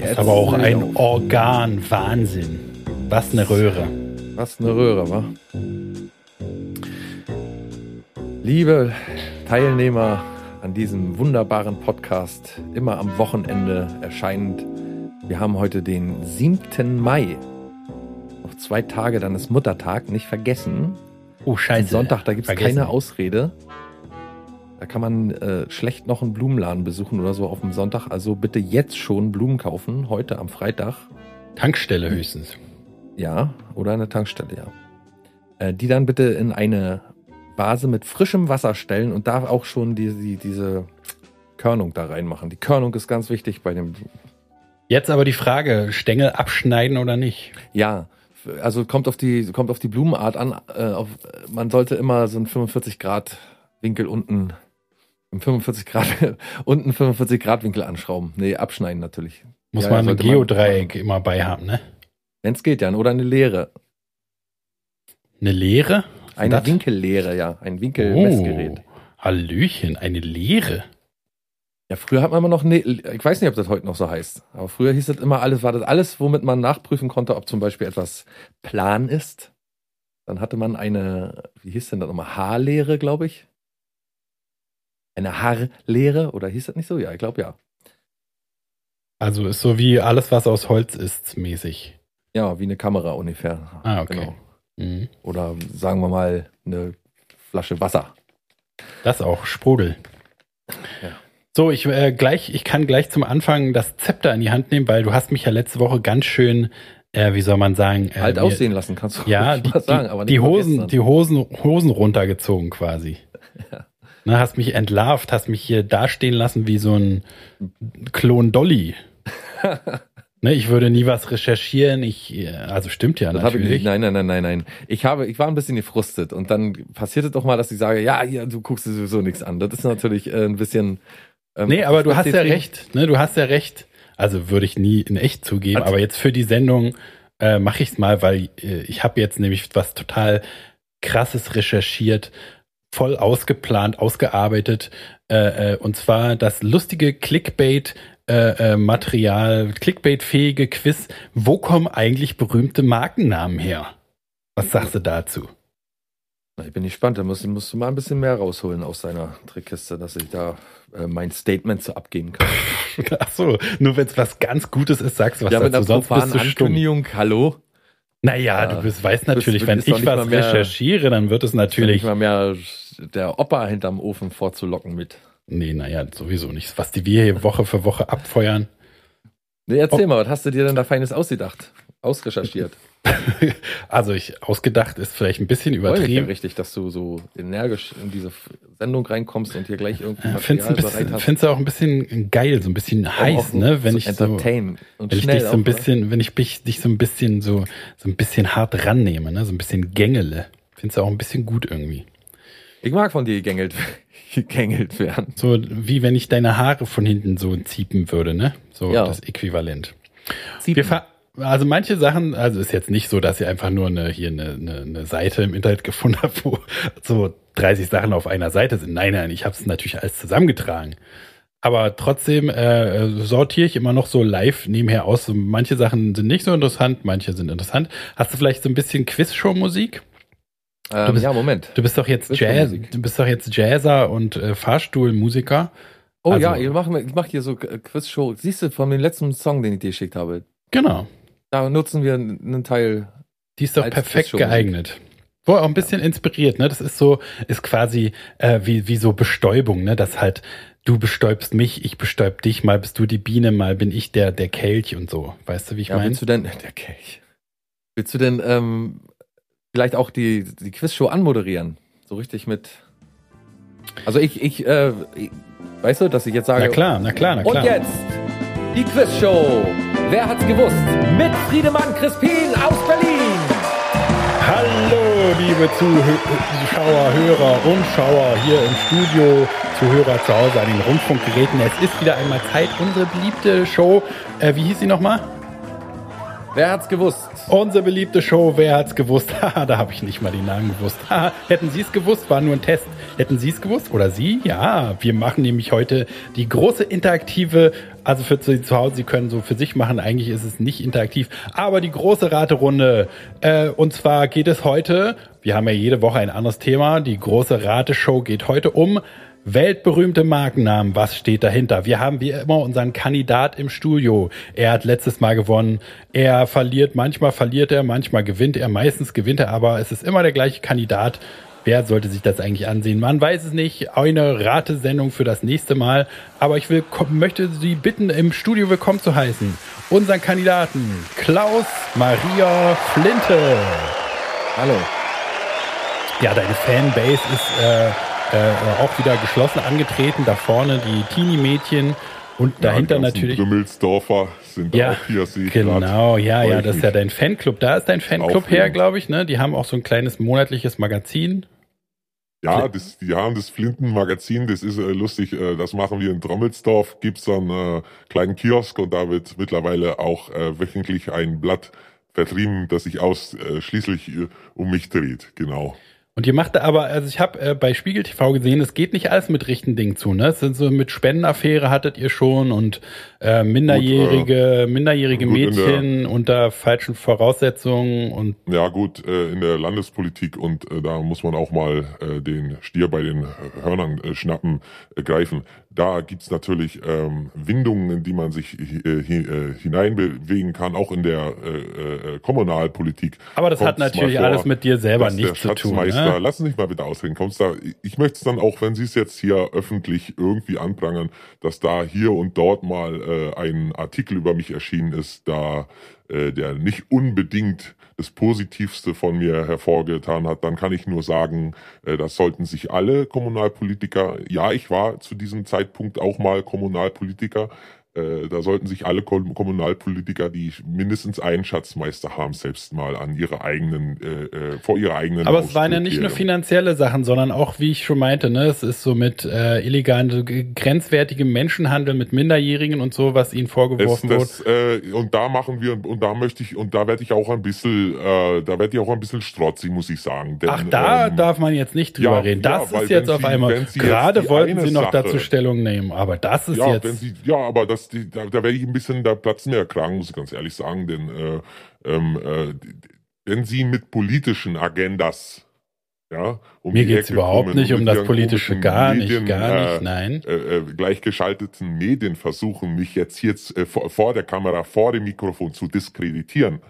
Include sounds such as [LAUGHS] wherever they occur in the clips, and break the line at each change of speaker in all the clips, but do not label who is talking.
Jetzt aber auch ein Organ. Wahnsinn. Was eine Röhre.
Was eine Röhre, wa? Liebe Teilnehmer an diesem wunderbaren Podcast, immer am Wochenende erscheinend. Wir haben heute den 7. Mai. Noch zwei Tage, dann ist Muttertag. Nicht vergessen.
Oh, scheiße.
Sonntag, da gibt es
Vergessen.
keine Ausrede. Da kann man äh, schlecht noch einen Blumenladen besuchen oder so auf dem Sonntag. Also bitte jetzt schon Blumen kaufen, heute am Freitag.
Tankstelle höchstens.
Ja, oder eine Tankstelle, ja. Äh, die dann bitte in eine Vase mit frischem Wasser stellen und da auch schon die, die, diese Körnung da reinmachen. Die Körnung ist ganz wichtig bei dem.
Jetzt aber die Frage, Stängel abschneiden oder nicht?
Ja, f- also kommt auf die, kommt auf die Blumenart an. Äh, auf, man sollte immer so einen 45 Grad Winkel unten, im 45 Grad, [LAUGHS] unten 45 Grad Winkel anschrauben. Nee, abschneiden natürlich.
Muss
Ja,
man ein
sollte man-
Geodreieck immer bei haben, ne?
Wenn es geht, ja. Oder eine Leere.
Eine Leere? Was
Eine
ist das?
Winkelleere, ja. Ein Winkelmessgerät.
Oh, Hallöchen, eine Leere.
Ja, früher hat man immer noch, ne ich weiß nicht, ob das heute noch so heißt, aber früher hieß das immer alles, war das alles, womit man nachprüfen konnte, ob zum Beispiel etwas plan ist. Dann hatte man eine, wie hieß denn das nochmal, Haarlehre, glaube ich. Eine Haarlehre, oder hieß das nicht so? Ja, ich glaube ja.
Also ist so wie alles, was aus Holz ist, mäßig.
Ja, wie eine Kamera ungefähr. Genau.
Ah, okay. Mhm.
Oder sagen wir mal eine Flasche Wasser.
Das auch, Sprudel.
Ja.
So, ich, äh, gleich, ich kann gleich zum Anfang das Zepter in die Hand nehmen, weil du hast mich ja letzte Woche ganz schön, äh, wie soll man sagen, äh,
halt
mir-
aussehen lassen kannst du
Ja,
ruhig
die,
mal sagen,
die,
aber nicht
die,
mal
Hosen,
gestern.
die Hosen, Hosen runtergezogen quasi. Ne, hast mich entlarvt, hast mich hier dastehen lassen wie so ein Klon
[LAUGHS]
Dolly. ne, ich würde nie was recherchieren. Ich, äh, also stimmt ja
Das habe ich
natürlich.
nicht. Nein, nein, nein, nein, nein. Ich habe, ich war ein bisschen gefrustet und dann passiert es doch mal, dass ich sage, ja, ja, du guckst dir sowieso nichts an. Das ist natürlich äh, ein bisschen. Ähm,
nee, aber du hast ja
konzentriert.
recht. Ne, du hast ja recht. Also würde ich nie in echt zugeben,
Also-
aber jetzt für die Sendung äh, mache ich es mal, weil äh, ich habe jetzt nämlich was total krasses recherchiert, voll ausgeplant, ausgearbeitet. Äh, äh, und zwar das lustige Clickbait. äh, äh, Material, clickbait-fähige Quiz. Wo kommen eigentlich berühmte Markennamen her? Was sagst du dazu? [LAUGHS]
Na, Ich bin gespannt. Da musst, musst du mal ein bisschen mehr rausholen aus seiner Trickkiste, dass ich da äh, mein Statement zu abgeben kann.
Ach so, nur wenn es was ganz Gutes ist, sagst du was
ja, mit
dazu.
einer
Sonst
profanen
bist du stumm.
Ankündigung. Hallo.
Naja,
Ja.
du bist, weißt
bist-
natürlich,
du
wenn
bist doch
ich
nicht
was
mal mehr-
recherchiere, dann wird es
Natürlich.
natürlich.
Nicht mal mehr der Opa hinterm Ofen vorzulocken mit.
Nee, naja, sowieso nicht. Was die wir hier Woche für Woche abfeuern.
Nee, erzähl
Oh.
mal, was hast du dir denn da Feines ausgedacht? Ausrecherchiert.
Also ich ausgedacht ist vielleicht ein bisschen
Freue mich ja
übertrieben.
richtig, dass du so energisch in diese F- Sendung reinkommst und hier gleich irgendwie
Ja, Find's ein bisschen, find's auch ein bisschen geil, so ein bisschen heiß,
um auch
ne? Wenn
zu
ich so,
entertainen und
wenn ich
schnell
dich so
auch,
ein
ne?
bisschen, wenn ich mich- dich so ein bisschen so, so ein bisschen hart rannehme, ne? So ein bisschen gängele. Find's auch ein bisschen gut irgendwie.
Ich mag von dir gegängelt, [LAUGHS] gegängelt werden.
So wie wenn ich deine Haare von hinten so ziepen würde, ne? So
Ja.
das Äquivalent.
Zieht
Wir ver also manche Sachen, also ist jetzt nicht so, dass ihr einfach nur eine, hier eine, eine, eine Seite im Internet [LAUGHS] gefunden habt, wo so 30 Sachen auf einer Seite sind. Nein, nein, ich habe es natürlich alles zusammengetragen. Aber trotzdem äh, sortiere ich immer noch so live nebenher aus. So Manche Sachen sind nicht so interessant, manche sind interessant. Hast du vielleicht so ein bisschen Quizshow-Musik?
ähm,
du bist-
ja, Moment.
Du bist doch jetzt Jazz,
Quizshow-Musik.
du bist doch jetzt Jazzer und äh, Fahrstuhlmusiker.
Oh
also-
ja, ich mache ich mach hier so äh, Quizshow. Siehst du, von dem letzten Song, den ich dir geschickt habe,
Genau.
da nutzen wir einen einen Teil.
Die ist doch
als
perfekt
Quizshow-Musik.
geeignet. Wo auch ein bisschen inspiriert, ne? Das ist so, ist quasi äh, wie, wie so Bestäubung, ne? Dass halt du bestäubst mich, ich bestäub dich, mal bist du die Biene, mal bin ich der, der Kelch und so. Weißt du, wie ich
Ja,
meine?
willst du denn, [LAUGHS] der Kelch. Willst du denn ähm, vielleicht auch die, die Quizshow anmoderieren? So richtig mit. Also ich, ich, äh, ich weißt du, dass ich jetzt sage,
Na klar, na klar, na
Und
klar.
jetzt die Quizshow. Wer hat's gewusst? Mit Friedemann Crispin aus Berlin.
Hallo, liebe Zuschauer, Hörer und Schauer hier im Studio, Zuhörer zu Hause an den Rundfunkgeräten. Es ist wieder einmal Zeit, unsere beliebte Show. Äh, wie hieß sie nochmal?
Wer hat's gewusst?
Unsere beliebte Show, wer hat's gewusst? [LAUGHS] Haha, da habe ich nicht mal den Namen gewusst. Haha, hätten Sie es gewusst, war nur ein Test. Hätten Sie es gewusst oder Sie? Ja, wir machen nämlich heute die große interaktive, also für Sie zu Hause, Sie können so für sich machen, eigentlich ist es nicht interaktiv, aber die große Raterunde. Äh, und zwar geht es heute, wir haben ja jede Woche ein anderes Thema, die große Rateshow geht heute um Weltberühmte Markennamen, was steht dahinter? Wir haben wie immer unseren Kandidat im Studio. Er hat letztes Mal gewonnen. Er verliert, manchmal verliert er, manchmal gewinnt er, meistens gewinnt er, aber es ist immer der gleiche Kandidat. Wer sollte sich das eigentlich ansehen? Man weiß es nicht. Eine Ratesendung für das nächste Mal. Aber ich will, möchte Sie bitten, im Studio willkommen zu heißen. Unseren Kandidaten Klaus Maria Flinte.
Hallo.
Ja, deine Fanbase ist äh, äh, auch wieder geschlossen angetreten. Da vorne die Teenie-Mädchen und dahinter
die ganzen
natürlich.
Dümmelsdorfer sind
Ja,
auch hier, sehe ich
Genau,
grad.
ja,
Freue
ja,
ich
das ist
mich.
ja dein Fanclub. Da ist dein Fanclub her,
Aufregend.
glaube ich. Ne? Die haben auch so ein kleines monatliches Magazin.
Ja, das, die haben das Flintenmagazin, das ist äh, lustig, äh, das machen wir in Trommelsdorf, gibt's da einen äh, kleinen Kiosk und da wird mittlerweile auch äh, wöchentlich ein Blatt vertrieben, das sich ausschließlich äh, um mich dreht, genau.
Und ihr macht da aber, also ich habe äh, bei Spiegel TV gesehen, es geht nicht alles mit richten Ding zu, ne? Es sind so mit Spendenaffäre hattet ihr schon und äh, minderjährige, minderjährige
gut, in der-
Mädchen unter falschen Voraussetzungen und
Ja gut, äh, in der Landespolitik und äh, da muss man auch mal äh, den Stier bei den Hörnern äh, schnappen, äh, greifen. Da gibt's natürlich ähm, Windungen, in die man sich hi hi äh, hineinbewegen kann, auch in der äh, äh, Kommunalpolitik.
aber das hat
Kommt's mal
natürlich
vor,
alles mit dir selber
dass der
nichts zu tun. Ne?
Schatzmeister- Genau, Lass uns nicht mal bitte ausreden. Kommst da, ich möchte es dann auch, wenn Sie es jetzt hier öffentlich irgendwie anprangern, dass da hier und dort mal äh, ein Artikel über mich erschienen ist, da äh, der nicht unbedingt das Positivste von mir hervorgetan hat, dann kann ich nur sagen, äh, das sollten sich alle Kommunalpolitiker, ja, ich war zu diesem Zeitpunkt auch mal Kommunalpolitiker, äh, da sollten sich alle Kom Kommunalpolitiker, die mindestens einen Schatzmeister haben, selbst mal an ihre eigenen, äh, äh, vor ihrer eigenen
Aber es waren ja
Haustür
nicht nur
kehren.
finanzielle Sachen, sondern auch, wie ich schon meinte, ne, es ist so mit äh, illegalen, so ge- grenzwertigem Menschenhandel mit Minderjährigen und so, was ihnen
Es,
vorgeworfen wurde.
das, äh, und da machen wir und, und da möchte ich und da werde ich auch ein bisschen äh, da werde ich auch ein bisschen strotzig, muss ich sagen. Denn,
Ach, da
ähm,
darf man jetzt nicht drüber
ja,
reden.
ja,
Das
weil
ist jetzt
wenn
auf
Sie-
einmal.
wenn Sie jetzt
Gerade
die
wollten
eine
Sie noch
Sache-
dazu Stellung nehmen, aber das ist
ja,
jetzt.
wenn sie, ja, aber das, die, da, da werde ich ein bisschen, da platzen mir Kragen, muss ich ganz ehrlich sagen, denn äh, ähm, äh, die- die- wenn sie mit politischen Agendas, ja, um
mir
die
geht's
Ecke
überhaupt
kommen
nicht
und
um
mit
das
ihren
Politische,
komischen
gar nicht,
Medien,
gar
äh,
nicht, nein.
äh, äh, gleichgeschalteten Medien versuchen, mich jetzt hier z- äh, vor, vor der Kamera, vor dem Mikrofon zu diskreditieren.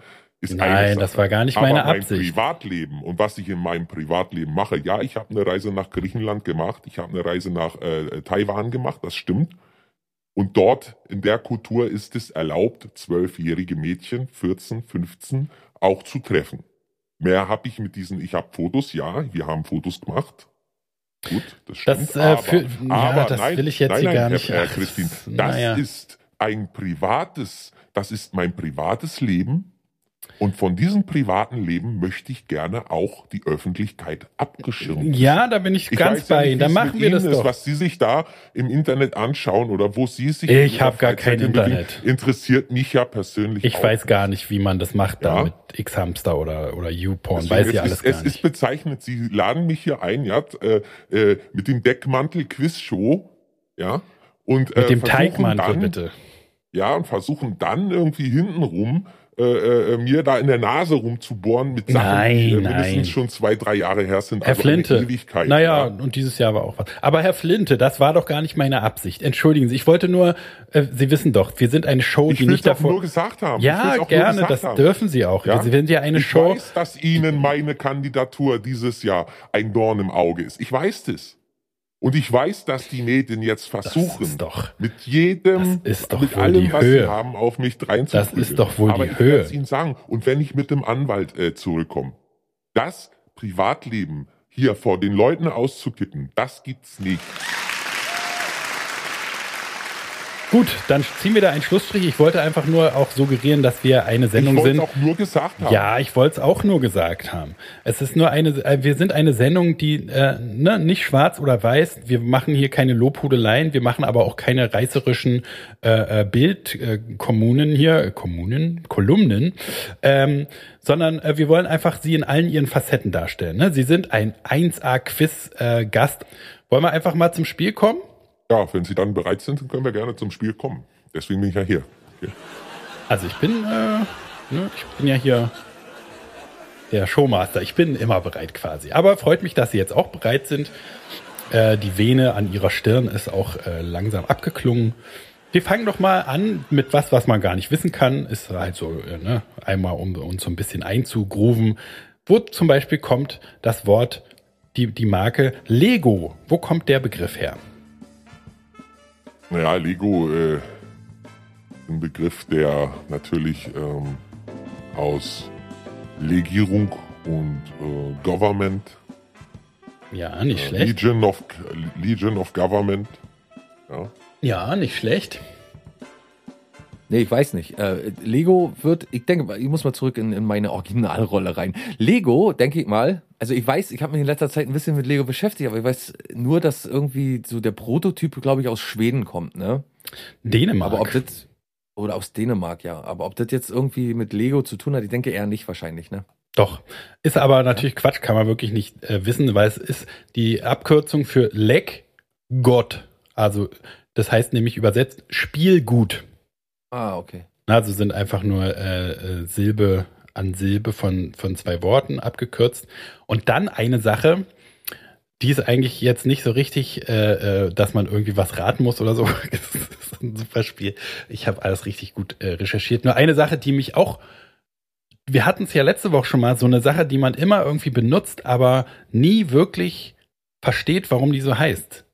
Ist eine
Nein,
Sache.
das war gar nicht
Aber
meine
mein
Absicht.
Privatleben und was ich in meinem Privatleben mache, ja, ich habe eine Reise nach Griechenland gemacht, ich habe eine Reise nach äh, Taiwan gemacht, das stimmt. Und dort in der Kultur ist es erlaubt, zwölfjährige Mädchen, 14, 15 auch zu treffen. Mehr habe ich mit diesen, ich habe Fotos, ja, wir haben Fotos gemacht. Gut, das stimmt.
Das, äh, für- ja, das will ich jetzt hier gar nicht.
Herr, Herr
Ach,
Christin, das
naja.
ist ein privates, das ist mein privates Leben. Und von diesem privaten Leben möchte ich gerne auch die Öffentlichkeit abgeschirmt
Ja, da bin ich,
ich
ganz
weiß ja
bei
nicht,
Ihnen. Dann
wie's
machen
mit
wir
Ihnen
das
ist,
doch.
Was Sie sich da im Internet anschauen oder wo Sie sich.
Ich
in Ihrer
hab gar
Freizeit
kein
bewegen,
Internet.
Interessiert mich ja persönlich.
Ich
auch.
weiß gar nicht, wie man das macht da
Ja.
mit X-Hamster oder, oder U-Porn.
Deswegen,
Weiß ich
es
alles
ist,
gar
es
nicht.
ist bezeichnet. Sie laden mich hier ein, ja, äh, äh, mit dem Deckmantel-Quiz-Show, ja, und äh,
Mit dem
versuchen
Teigmantel
dann, also
bitte.
ja, und versuchen dann irgendwie hintenrum äh, äh, mir da in der Nase rumzubohren mit Sachen, die äh,
Nein, nein.
mindestens schon zwei, drei Jahre her sind.
Herr
also eine
Flinte.
Ewigkeit,
Naja, und dieses Jahr war auch was. Aber Herr Flinte, das war doch gar nicht meine Absicht. Entschuldigen Sie, ich wollte nur, äh, Sie wissen doch, wir sind eine Show,
Ich
die
will
nicht
es auch
davor.
nur gesagt haben. Ich
ja,
will's auch nur
gerne,
gesagt
das
haben.
dürfen Sie auch.
Ja?
Sie sind ja eine
ich
Show.
weiß, dass Ihnen meine Kandidatur dieses Jahr ein Dorn im Auge ist. Ich weiß das. Und ich weiß, dass die Medien jetzt
das
versuchen,
ist doch.
mit jedem,
Das ist doch
mit
wohl die
allem, was
Höhe.
sie haben, auf mich
Das
dreinzuprügeln.
ist doch wohl
Aber
die
ich
Höhe.
werd's Ihnen sagen. Und wenn ich mit dem Anwalt äh, zurückkomme, das Privatleben hier vor den Leuten auszukippen, das gibt's nicht.
Gut, dann ziehen wir da einen Schlussstrich. Ich wollte einfach nur auch suggerieren, dass wir eine Sendung
ich wollte
sind.
auch nur gesagt haben.
Ja, ich wollte es auch nur gesagt haben. Es ist nur eine, äh, wir sind eine Sendung, die äh, ne, nicht schwarz oder weiß. Wir machen hier keine Lobhudeleien, wir machen aber auch keine reißerischen äh, äh, Bildkommunen hier, äh, Kommunen, Kolumnen, ähm, sondern äh, wir wollen einfach sie in allen ihren Facetten darstellen. Ne? Sie sind ein 1A-Quiz-Gast. wollen wir einfach mal zum Spiel kommen?
Ja, wenn Sie dann bereit sind, können wir gerne zum Spiel kommen. Deswegen bin ich ja hier. Okay.
Also ich bin, äh, ne, ich bin ja hier der Showmaster. Ich bin immer bereit quasi. Aber freut mich, dass Sie jetzt auch bereit sind. Äh, die Vene an Ihrer Stirn ist auch äh, langsam abgeklungen. Wir fangen doch mal an mit was, was man gar nicht wissen kann. Ist halt so, äh, ne, einmal um uns so ein bisschen einzugrooven. Wo zum Beispiel kommt das Wort, die, die Marke Lego? Wo kommt der Begriff her?
Naja, Lego, äh, ein Begriff, der natürlich ähm, aus Legierung und äh, Government,
Ja, nicht
äh,
schlecht.
Legion, of, Legion of Government, ja,
Ja, nicht schlecht.
Nee, ich weiß nicht. Äh, Lego wird, ich denke, ich muss mal zurück in, in meine Originalrolle rein. Lego, denke ich mal, also ich weiß, ich habe mich in letzter Zeit ein bisschen mit Lego beschäftigt, aber ich weiß nur, dass irgendwie so der Prototyp, glaube ich, aus Schweden kommt, ne?
Dänemark.
Aber ob das, oder aus Dänemark, ja. Aber ob das jetzt irgendwie mit Lego zu tun hat, ich denke eher nicht wahrscheinlich, ne?
Doch. Ist aber natürlich Quatsch, kann man wirklich nicht äh, wissen, weil es ist die Abkürzung für Leck Gott. Also das heißt nämlich übersetzt Spielgut.
Ah, okay.
Also sind einfach nur äh, äh, Silbe an Silbe von, von zwei Worten abgekürzt. Und dann eine Sache, die ist eigentlich jetzt nicht so richtig, äh, äh, dass man irgendwie was raten muss oder so. [LAUGHS] das ist ein super Spiel. Ich habe alles richtig gut äh, recherchiert. Nur eine Sache, die mich auch. Wir hatten es ja letzte Woche schon mal, so eine Sache, die man immer irgendwie benutzt, aber nie wirklich versteht, warum die so heißt.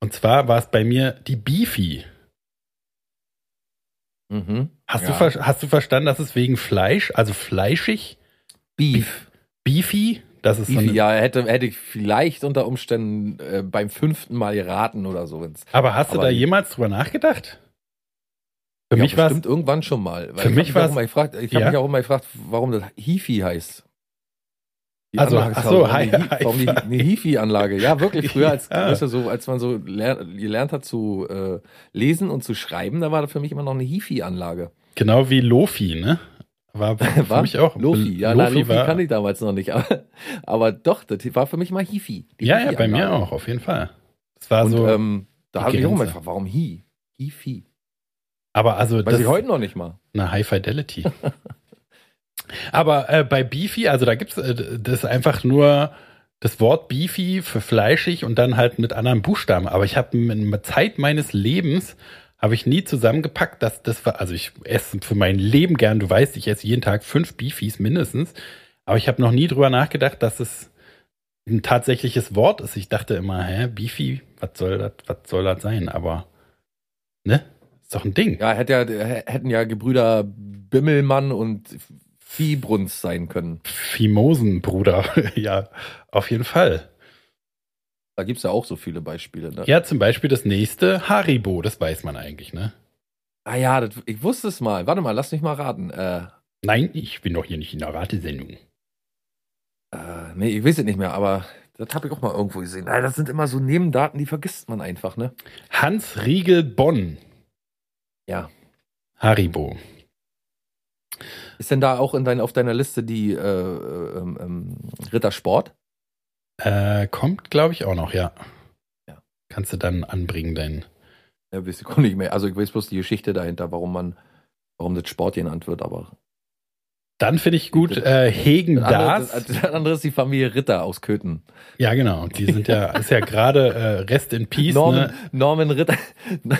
Und zwar war es bei mir die Beefy.
Mhm.
Hast,
Ja.
du, ver- hast du verstanden, dass es wegen Fleisch, also fleischig,
Beef.
beefy, das ist so
Beefy,
eine,
ja, hätte, hätte ich vielleicht unter Umständen äh, beim fünften Mal geraten oder so. Wenn's,
Aber hast du
Aber-
da jemals drüber nachgedacht? Für
ja,
mich war es
bestimmt irgendwann schon mal.
Für mich
ich
war's-
habe mich, auch immer gefragt- ich hab
Ja?
mich auch immer gefragt, warum das Hifi heißt. Die
Also,
Anlage- halt
ach so,
warum die
hi-
Hi- warum die, eine Hifi-Anlage? Ja, wirklich. Früher, als,
[LAUGHS] Ja.
weißt du, so, als man so ler gelernt hat zu äh, lesen und zu schreiben, da war das für mich immer noch eine Hifi-Anlage.
genau wie Lofi, ne? War
[LAUGHS]
für
War?
mich auch.
Lofi, ja, na,
Lofi
Lofi
war,
kann ich damals noch nicht. Aber, aber doch, das war für mich mal Hifi. die
ja, ja, bei
Hifi-Anlage.
mir auch, auf jeden Fall. Es war
Und
so,
ähm, da
Also,
habe
die
ich auch
Grenze.
mal gefragt, warum Hi? Hifi.
aber also
Weiß
das
ich heute noch nicht mal.
eine High Fidelity. [LAUGHS] aber äh, bei Beefy, also da gibt's äh, das ist einfach nur das Wort Beefy für fleischig und dann halt mit anderen Buchstaben. Aber ich habe in der Zeit meines Lebens habe ich nie zusammengepackt, dass das war, also ich esse für mein Leben gern, du weißt, ich esse jeden Tag fünf Beefies mindestens, aber ich habe noch nie drüber nachgedacht, dass es ein tatsächliches Wort ist. Ich dachte immer, hä, Beefy, was soll das, was soll das sein? Aber, ne, ist doch ein Ding.
Ja, hätte ja, hätten ja Gebrüder Bimmelmann und Viehbrunst sein können.
Fimosen, Bruder. [LAUGHS] ja, auf jeden Fall.
Da gibt's ja auch so viele Beispiele. Ne?
Ja, zum Beispiel das nächste Haribo, das weiß man eigentlich, ne?
Ah ja, das, ich wusste es mal. Warte mal, lass mich mal raten. Äh,
Nein, ich bin doch hier nicht in der Ratesendung.
äh, nee, ich weiß es nicht mehr, aber das habe ich auch mal irgendwo gesehen. Ah, das sind immer so Nebendaten, die vergisst man einfach, ne?
Hans Riegel Bonn,
Ja.
Haribo.
Ist denn da auch in dein, auf deiner Liste die äh, ähm, ähm, Rittersport?
Äh, kommt, glaube ich, auch noch, ja.
Ja.
Kannst du dann anbringen, dein.
Ja, weiß ich auch nicht mehr. Also ich weiß bloß die Geschichte dahinter, warum man, warum das Sport genannt wird, aber.
Dann finde ich gut,
Das-
äh, Hegen
Das andere, das,
das.
das andere ist die Familie Ritter aus Köthen.
Ja, genau. Die sind ja, ist ja gerade äh, Rest in Peace,
Norman,
ne?
Norman Ritter. [LAUGHS]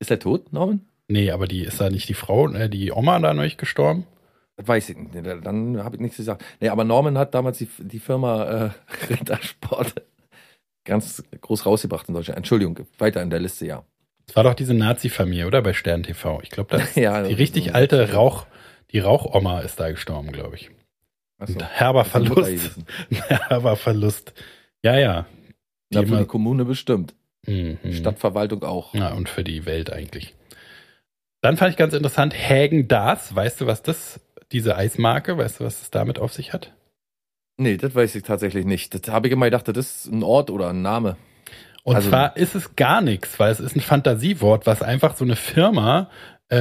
Ist er tot, Norman?
Nee, aber die ist da nicht die Frau, äh, die Oma da neulich gestorben.
Das weiß ich nicht. Nee, da- Dann habe ich nichts gesagt. Nee, aber Norman hat damals die, die Firma äh, [LAUGHS] Rittersport ganz groß rausgebracht in Deutschland. Entschuldigung, weiter in der Liste, ja. [LAUGHS]
Das war doch diese Nazi-Familie, oder? Bei Stern TV. Ich glaube, da ist
ja
Die richtig alte Rauch, die Rauchoma ist da gestorben, glaube ich.
Achso.
Und herber Verlust.
gewesen.
[LAUGHS] herber Verlust. Ja, ja.
Na, für
Die
die
immer-
Kommune bestimmt.
Mhm.
Stadtverwaltung auch.
Ja, und für die Welt eigentlich. Dann fand ich ganz interessant, Hägen das, weißt du, was das, diese Eismarke, weißt du, was es damit auf sich hat?
Nee, das weiß ich tatsächlich nicht. Das habe ich immer gedacht, das ist ein Ort oder ein Name.
Und
Also-
zwar ist es gar nichts, weil es ist ein Fantasiewort, was einfach so eine Firma, äh,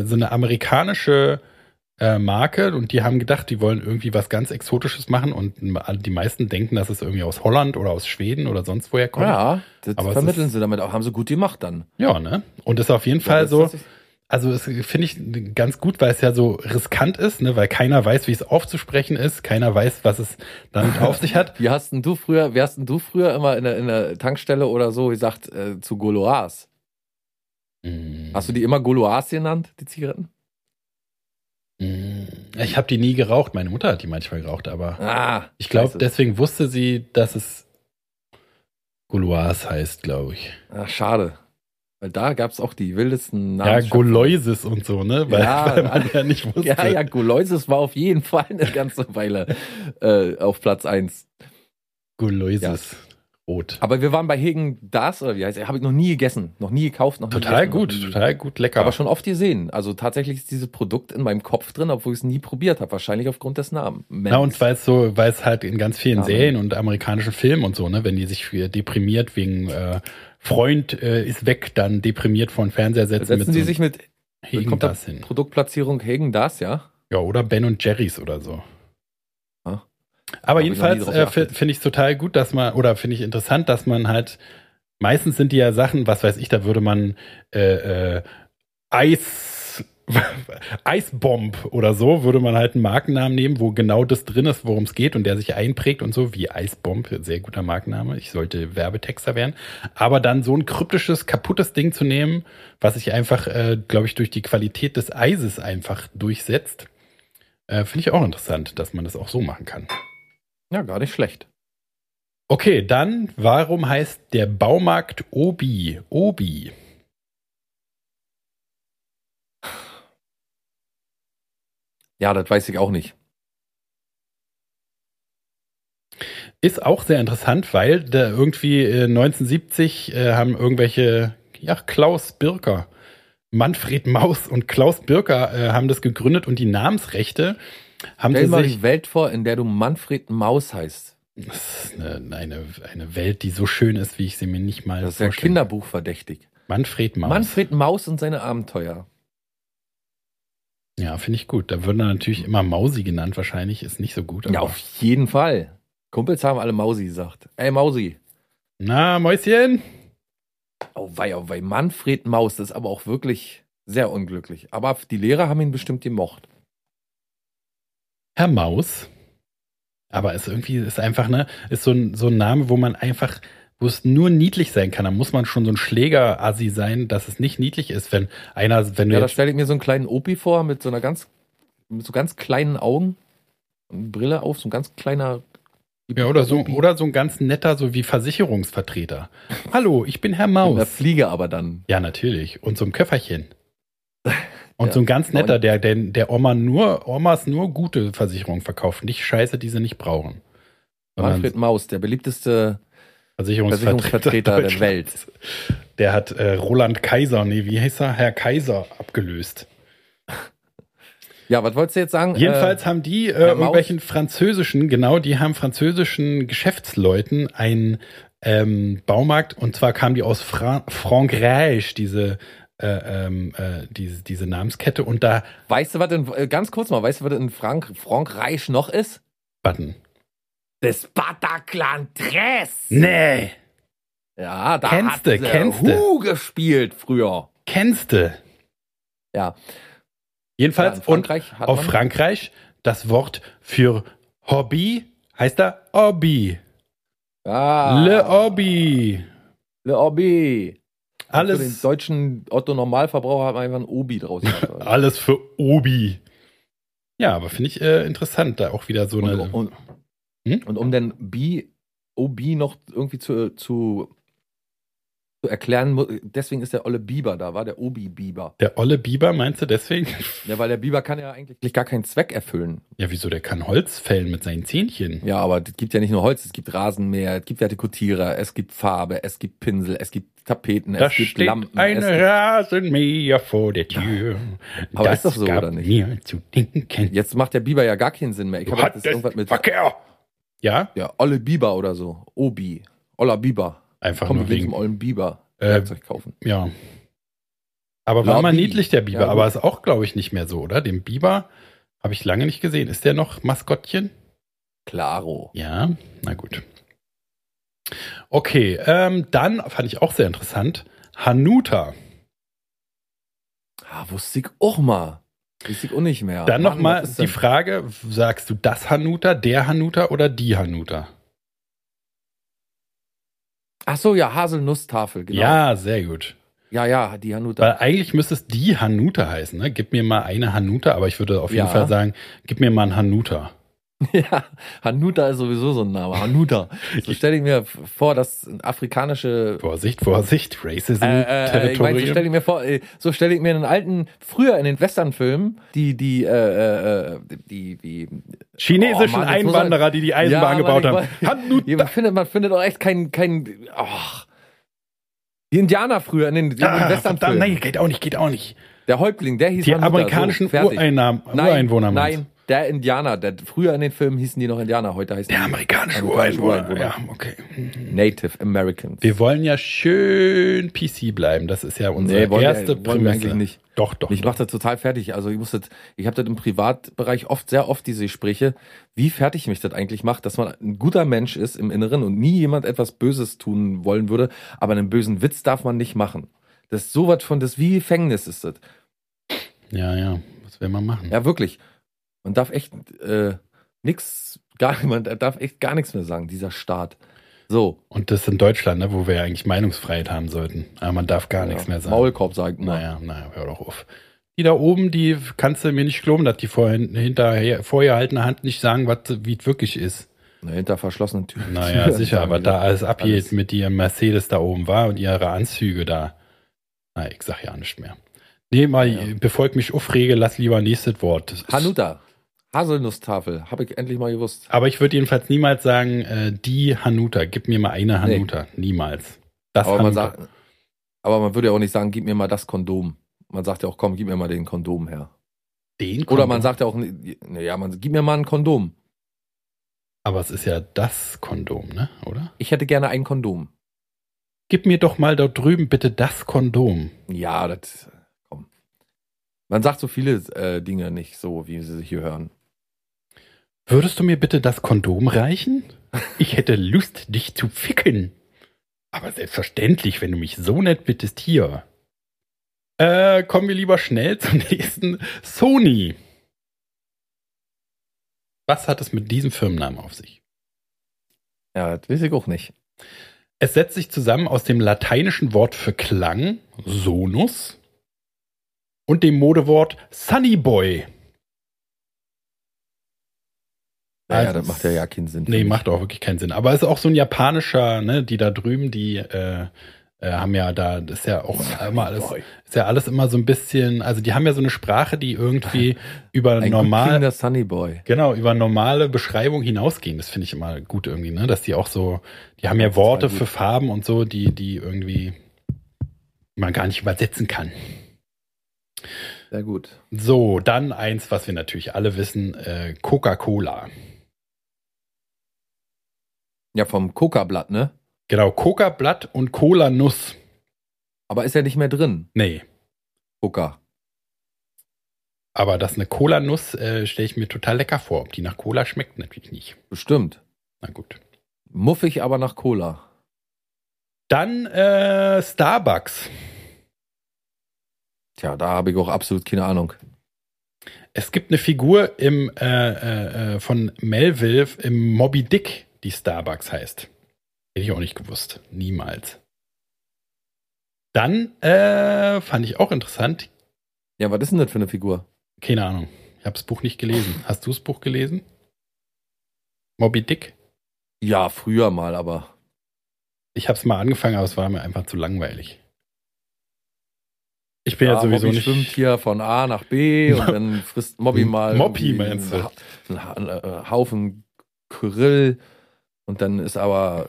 äh, so eine amerikanische äh, Marke, und die haben gedacht, die wollen irgendwie was ganz Exotisches machen und m- die meisten denken, dass es irgendwie aus Holland oder aus Schweden oder sonst woher kommt.
Ja, das
Aber es
vermitteln
ist-
sie damit auch. Haben sie gut gemacht dann.
Ja, ne? Und ist auf jeden
Ja,
Fall
das
so,
ist tatsächlich-
also es finde ich ganz gut, weil es ja so riskant ist, ne? Weil keiner weiß, wie es aufzusprechen ist, keiner weiß, was es damit auf sich hat.
Wie hast denn du früher, wie hast denn du früher immer in der, in der Tankstelle oder so gesagt, äh, zu Goloas? Hast du die immer Goloas genannt, die Zigaretten?
Mm, Ich habe die nie geraucht, meine Mutter hat die manchmal geraucht, aber
Ah,
ich glaube,
scheiße.
deswegen wusste sie, dass es Gouloirs heißt, glaube ich.
Ach, schade. Weil da gab es auch die wildesten
Ja,
Namen.
Gouloises und so, ne? Weil,
Ja,
weil [LAUGHS] man ja nicht wusste.
[LAUGHS] Ja, ja, Goloises war auf jeden Fall eine ganze Weile äh, auf Platz 1.
Gouloises. Rot.
Aber wir waren bei Hegen das, oder wie heißt er? Habe ich noch nie gegessen, noch nie gekauft, noch
Total
nie gegessen,
gut,
noch nie-
total gut, lecker.
Aber schon oft gesehen. Also tatsächlich ist dieses Produkt in meinem Kopf drin, obwohl ich es nie probiert habe. Wahrscheinlich aufgrund des Namens.
Na, und weil es so, weil es halt in ganz vielen
Ja, ne.
Serien und amerikanischen Filmen und so, ne, wenn die sich für deprimiert wegen äh, Freund äh, ist weg, dann deprimiert vor den Fernseher setzen,
setzen sie
so
sich mit
Hegen
kommt da-
das hin.
Produktplatzierung Hegen das, ja?
Ja, oder Ben und Jerry's oder so.
Ja.
Aber
Ah. ich
jedenfalls
noch nie
äh,
drauf
fi-
geachtet.
finde ich total gut, dass man, oder finde ich interessant, dass man halt, meistens sind die ja Sachen, was weiß ich, da würde man äh, äh, Eis, [LAUGHS] Eisbomb oder so, würde man halt einen Markennamen nehmen, wo genau das drin ist, worum es geht und der sich einprägt und so, wie Eisbomb, sehr guter Markenname, ich sollte Werbetexter werden. Aber dann so ein kryptisches, kaputtes Ding zu nehmen, was sich einfach, äh, glaube ich, durch die Qualität des Eises einfach durchsetzt, äh, finde ich auch interessant, dass man das auch so machen kann.
Ja, gar nicht schlecht.
Okay, dann, warum heißt der Baumarkt Obi? Obi.
Ja, das weiß ich auch nicht.
Ist auch sehr interessant, weil da irgendwie äh, 1970 äh, haben irgendwelche, ja, Klaus Birker, Manfred Maus und Klaus Birker äh, haben das gegründet und die Namensrechte
Stell
haben
dir
sie
mal
sich.
die Welt vor, in der du Manfred Maus heißt.
Das ist eine, eine, eine Welt, die so schön ist, wie ich sie mir nicht mal
Das ist ja
vorstellen kann.
Kinderbuch verdächtig.
Manfred Maus.
Manfred Maus und seine Abenteuer.
Ja, finde ich gut. Da würden dann natürlich immer Mausi genannt, wahrscheinlich. Ist nicht so gut.
Ja, auf jeden Fall. Kumpels haben alle Mausi gesagt. Ey, Mausi.
Na, Mäuschen?
Oh wei, oh wei. Manfred Maus, das ist aber auch wirklich sehr unglücklich. Aber die Lehrer haben ihn bestimmt gemocht.
Herr Maus. Aber ist irgendwie, ist einfach, ne, ist so ein, so ein Name, wo man einfach, wo es nur niedlich sein kann. Da muss man schon so ein Schläger-Assi sein, dass es nicht niedlich ist, wenn einer, wenn du
Ja, da
jetzt,
stelle ich mir so einen kleinen Opi vor mit so einer ganz, mit so ganz kleinen Augen. Und Brille auf, so ein ganz kleiner.
ja, oder so, oder so ein ganz netter, so wie Versicherungsvertreter. Hallo, ich bin Herr
Mit einer
Maus.
Fliege aber dann.
Ja, natürlich. Und so ein Köfferchen. Und
Ja.
so ein ganz netter, der, der, der Oma nur, Omas nur gute Versicherungen verkauft, nicht Scheiße, die sie nicht brauchen. Sondern
Manfred Maus, der beliebteste
Versicherungsvertreter
Versicherungsvertreter
Deutschlands.
der Welt.
Der hat äh, Roland Kaiser, nee, wie hieß er? Herr Kaiser abgelöst.
Ja, was wolltest du jetzt sagen?
Jedenfalls haben die äh,
Herr Maus?
irgendwelchen französischen, genau, die haben französischen Geschäftsleuten einen ähm, Baumarkt und zwar kamen die aus Fra Frankreich, diese, äh, ähm, äh, diese, diese Namenskette und da
Äh, weißt du, was in, äh, ganz kurz mal, weißt du, was in Frank, Frankreich noch ist?
Button.
Das Bataclan Tres.
Nee,
Ja, da
Kennst du,
hat sie
kennst du.
Hu gespielt früher.
kennst du.
Ja. Ja,
Jedenfalls
in
und
Frankreich hat
auf
man-
Frankreich das Wort für Hobby heißt da Hobby.
Ah,
Le Hobby.
Le Obi. Für den
Alles
deutschen Otto Normalverbraucher hat man einfach ein Obi draus.
[LAUGHS]
gemacht.
Alles für Obi. Ja, aber finde ich äh, interessant, da auch wieder so eine.
und, und, um
Hm?
und um dann B, OB noch irgendwie zu, zu zu erklären muss. Deswegen ist der Olle Biber da, war der Obi Biber.
Der Olle Biber meinst du deswegen?
Ja, weil der Biber kann ja eigentlich gar keinen Zweck erfüllen.
Ja, wieso? Der kann Holz fällen mit seinen Zähnchen.
Ja, aber es gibt ja nicht nur Holz, es gibt Rasenmäher, es gibt Vertikutierer, es gibt Farbe, es gibt Pinsel, es gibt Tapeten,
Da
es gibt
steht
Lampen.
ein
es gibt,
Rasenmäher vor der Tür.
Aber ist doch so,
gab
oder nicht?
Mir zu denken.
jetzt macht der Biber ja gar keinen Sinn mehr. Ich habe jetzt irgendwas mit
Verkehr. Ja,
ja, Olle Biber oder so. Obi. Olla Biber.
einfach
Komm, wir
nur
gehen zum
wegen.
Ollen Biber.
Äh,
Werkzeug kaufen.
Ja. Aber war
Lobby.
mal niedlich, der Biber.
Ja, gut.
aber ist auch, glaube ich, nicht mehr so, oder? Den Biber habe ich lange nicht gesehen. Ist der noch Maskottchen?
Claro.
Ja, na gut. Okay, ähm, dann fand ich auch sehr interessant. Hanuta.
Ah, wusste ich auch mal. Wusste ich auch nicht mehr.
Dann
Mann,
nochmal
was ist
die
denn-
Frage: Sagst du das Hanuta, der Hanuta oder die Hanuta?
Ach so, ja, Haselnusstafel, genau.
Ja, sehr gut.
ja, ja, die Hanuta.
Weil eigentlich müsste es die Hanuta heißen, ne? Gib mir mal eine Hanuta, aber ich würde auf jeden
Ja.
Fall sagen, gib mir mal ein Hanuta.
[LAUGHS] Ja, Hanuta ist sowieso so ein Name. Hanuta. So stelle ich mir vor, dass afrikanische.
Vorsicht, Vorsicht, Racism,
Äh, äh, äh, ich meine, so
Territorium.
stelle ich mir vor, äh, so stelle ich mir einen alten, früher in den Westernfilmen, die, die, äh, äh, äh, die, die,
Chinesischen
Oh Mann, jetzt muss er-
Einwanderer, die die Eisenbahn
Ja, Mann,
gebaut haben.
ich war-
Hanuta.
Ja, man findet, man findet auch echt keinen, keinen, ach. Die Indianer früher in den, in den
Ah, verdammt,
Westernfilmen.
nein, geht auch nicht, geht auch nicht.
Der Häuptling, der hieß
Die
Hanuta,
amerikanischen
fertig.
Ureinnahmen,
Nein,
Ureinwohner meinst
Nein, der Indianer, der, früher in den Filmen hießen die noch Indianer, heute heißen
du?
die
Der amerikanische
Amerikanische
Ureinwohner.
Ureinwohner.
Ja, okay.
Native Americans.
Wir wollen ja schön PC bleiben. Das ist ja unsere
Nee, wollen wir-
erste
wollen wir
Prämisse.
eigentlich nicht.
Doch, doch.
Mich
doch.
macht das total fertig. Also ich muss das, ich habe das im Privatbereich oft, sehr oft diese Gespräche, wie fertig mich das eigentlich macht, dass man ein guter Mensch ist im Inneren und nie jemand etwas Böses tun wollen würde, aber einen bösen Witz darf man nicht machen. Das ist sowas von, das wie Gefängnis ist das.
Ja, ja. Was will man machen?
Ja, wirklich. Man darf echt äh, nix, gar man darf echt gar nichts mehr sagen, dieser Staat. So.
Und das in Deutschland, ne, wo wir ja eigentlich Meinungsfreiheit haben sollten. Aber man darf gar
Ja,
nichts mehr sagen.
Maulkorb sagt man.
Naja, naja, hör doch auf. Die da oben, die kannst du mir nicht glauben, dass die vorhin, hinterher, vorgehaltene Hand nicht sagen, was, wie es wirklich ist.
Na, hinter verschlossenen Türen. [LAUGHS]
Naja, sicher, was
aber
da alles abgeht
Alles.
mit ihrem Mercedes da oben war und ihre Anzüge da. Na, ich sag ja nicht mehr. Nee, mal,
Ja.
bevor ich mich aufrege, lass lieber nächstes Wort. Das ist-
Hanuta. Haselnusstafel. Habe ich endlich mal gewusst.
Aber ich würde jedenfalls niemals sagen, äh, die Hanuta. Gib mir mal eine
Nee.
Hanuta. Niemals. Das
aber man
Hanuta.
sagt, aber man würde ja auch nicht sagen, gib mir mal das Kondom. Man sagt ja auch, komm, gib mir mal den Kondom her.
den
Oder man
Kondom.
sagt ja auch, naja, man gib mir mal ein Kondom.
Aber es ist ja das Kondom, ne? Oder?
Ich hätte gerne ein Kondom.
Gib mir doch mal dort drüben bitte das Kondom.
Ja, das, komm. Man sagt so viele äh, Dinge nicht so, wie sie sich hier hören.
Würdest du mir bitte das Kondom reichen? Ich hätte Lust, dich zu ficken. Aber selbstverständlich, wenn du mich so nett bittest, hier. Äh, kommen wir lieber schnell zum [LAUGHS] nächsten. Sony. Was hat es mit diesem Firmennamen auf sich?
Ja, das weiß ich auch nicht.
Es setzt sich zusammen aus dem lateinischen Wort für Klang, Sonus, und dem Modewort Sunny Boy.
Naja,
Also,
das macht ja ja keinen Sinn.
Nee, macht auch wirklich keinen Sinn. Aber es ist auch so ein japanischer, ne, die da drüben, die äh, äh, haben ja da, das ist ja auch immer alles, ist ja alles immer so ein bisschen, also die haben ja so eine Sprache,
[LAUGHS]
die irgendwie über
ein
normal,
normal. Sunny Boy.
genau, über normale Beschreibung hinausgehen. Das finde ich immer gut irgendwie, ne, dass die auch so, die haben ja
Das war
Worte
gut.
für Farben und so, die, die irgendwie man gar nicht übersetzen kann.
Sehr gut.
So, dann eins, was wir natürlich alle wissen, äh, Coca-Cola.
Ja, vom Coca-Blatt, ne?
Genau, Coca-Blatt und Cola-Nuss.
Aber ist ja nicht mehr drin,
Nee,
Coca.
Aber das eine Cola-Nuss äh, stelle ich mir total lecker vor. Ob die nach Cola schmeckt, natürlich nicht.
Bestimmt.
Na gut.
Muffig, aber nach Cola.
Dann äh, Starbucks.
Tja, da habe ich auch absolut keine Ahnung.
Es gibt eine Figur im, äh, äh, äh, von Melville im Moby Dick, die Starbucks heißt. Hätte ich auch nicht gewusst. Niemals. Dann äh, fand ich auch interessant.
Ja, was ist denn das für eine Figur?
Keine Ahnung. Ich habe das Buch nicht gelesen. Hast du das Buch gelesen? Moby Dick?
Ja, früher mal, aber
Ich habe es mal angefangen, aber es war mir einfach zu langweilig. Ich bin ja, sowieso
Mobby
nicht. Hm,
schwimmt hier von A nach B und dann frisst Mobby mal
Moppi
irgendwie
meinst du?
einen Ha- einen Ha- einen Haufen Kyrill und dann ist aber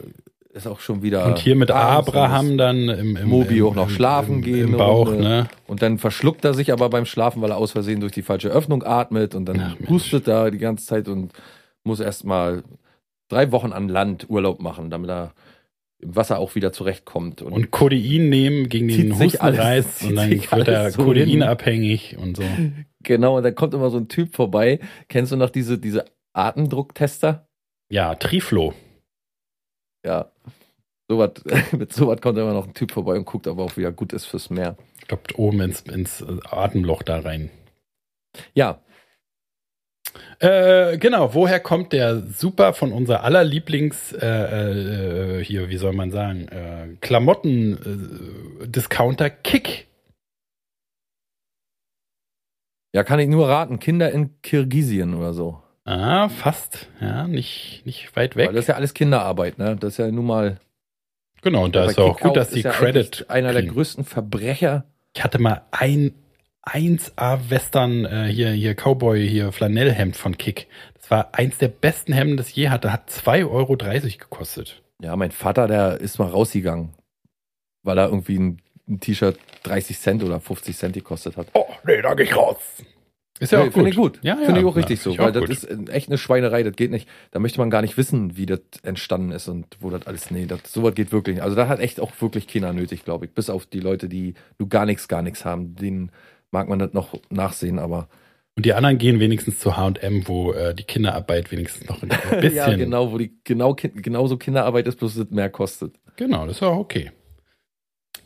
ist auch schon wieder
Und hier mit
abends,
Abraham dann im, im
Mobi auch noch schlafen
im,
gehen
im Bauch,
und, äh,
ne?
Und dann verschluckt er sich aber beim Schlafen, weil er aus Versehen durch die falsche Öffnung atmet und dann
Ach, Mensch.
hustet er die ganze Zeit und muss erstmal drei Wochen an Land Urlaub machen, damit er im Wasser auch wieder zurechtkommt. Und,
Und Codein nehmen gegen
Zieht
den
sich alles-
Hustenreiz und dann
zieht sich
wird er
alles so
Codein-abhängig und so.
genau, und dann kommt immer so ein Typ vorbei. Kennst du noch diese, diese Atemdrucktester?
Ja, Triflo.
Ja. Sowas, [LAUGHS] mit sowas kommt immer noch ein Typ vorbei und guckt, ob er auch wieder gut ist fürs Meer.
Stoppt oben ins, ins Atemloch da rein.
Ja,
Äh, genau, woher kommt der super von unser aller Lieblings, äh, äh, hier, wie soll man sagen, äh, Klamotten-Discounter Kick?
ja, kann ich nur raten. Kinder in Kirgisien oder so.
Ah, fast. Ja, nicht, nicht weit
Weil
weg.
das ist ja alles Kinderarbeit, ne? Das ist ja nun mal
genau, und da
Aber
ist auch
Kickauf
gut, dass
ist
die
ja
Credit.
eigentlich Einer der
kriegen.
größten Verbrecher.
Ich hatte mal ein 1A-Western, äh, hier, hier Cowboy, hier Flanellhemd von Kick. Das war eins der besten Hemden, das ich je hatte. Hat 2,30 Euro gekostet.
Ja, mein Vater, der ist mal rausgegangen, weil er irgendwie ein, ein T-Shirt 30 Cent oder 50 Cent gekostet hat.
Oh, nee, da geh ich raus. Ist ja
Nee,
auch gut.
Finde ich gut.
Ja, ja.
finde ich auch
Ja,
richtig so,
ich
weil
auch
das
gut.
ist äh, echt eine Schweinerei, das geht nicht. Da möchte man gar nicht wissen, wie das entstanden ist und wo das alles. Nee, das, sowas geht wirklich nicht. Also da hat echt auch wirklich keiner nötig, glaube ich. Bis auf die Leute, die nur gar nichts, gar nichts haben. Denen mag man das noch nachsehen, aber
Und die anderen gehen wenigstens zu H&M, wo äh, die Kinderarbeit wenigstens
[LAUGHS]
noch ein bisschen.
ja,
genau.
genau, wo die genau Kind- genauso Kinderarbeit ist, bloß das mehr kostet.
Genau, das ist auch okay.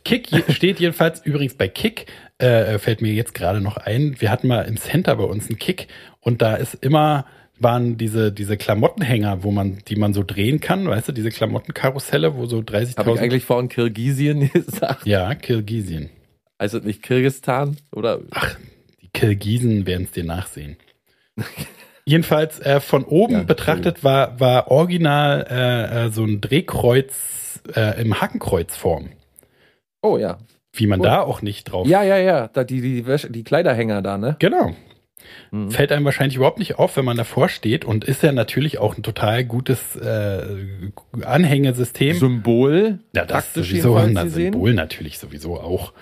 Kick je- steht jedenfalls [LAUGHS] übrigens bei Kick, äh, fällt mir jetzt gerade noch ein. Wir hatten mal im Center bei uns einen Kick und da ist immer waren diese diese Klamottenhänger, wo man die man so drehen kann, weißt du, diese Klamottenkarusselle, wo so
Habe ich
30.000
eigentlich vorhin Kirgisien [LAUGHS] gesagt?
Ja, Kirgisien.
Also nicht Kirgistan? Oder?
Die Kirgisen werden es dir nachsehen. [LAUGHS] Jedenfalls äh, von oben
Ja,
betrachtet war, war original äh, äh, so ein Drehkreuz äh, im Hakenkreuzform.
Oh ja.
Wie man
Oh.
da auch nicht drauf.
Ja, ja, ja. Da, die, die, Wäsche, die Kleiderhänger da, ne?
Genau.
Mhm.
Fällt einem wahrscheinlich überhaupt nicht auf, wenn man davor steht und ist ja natürlich auch ein total gutes äh, Anhängesystem.
Symbol.
Ja, das
Taktisch
sowieso
jedenfalls
ein
gesehen.
Symbol natürlich sowieso auch.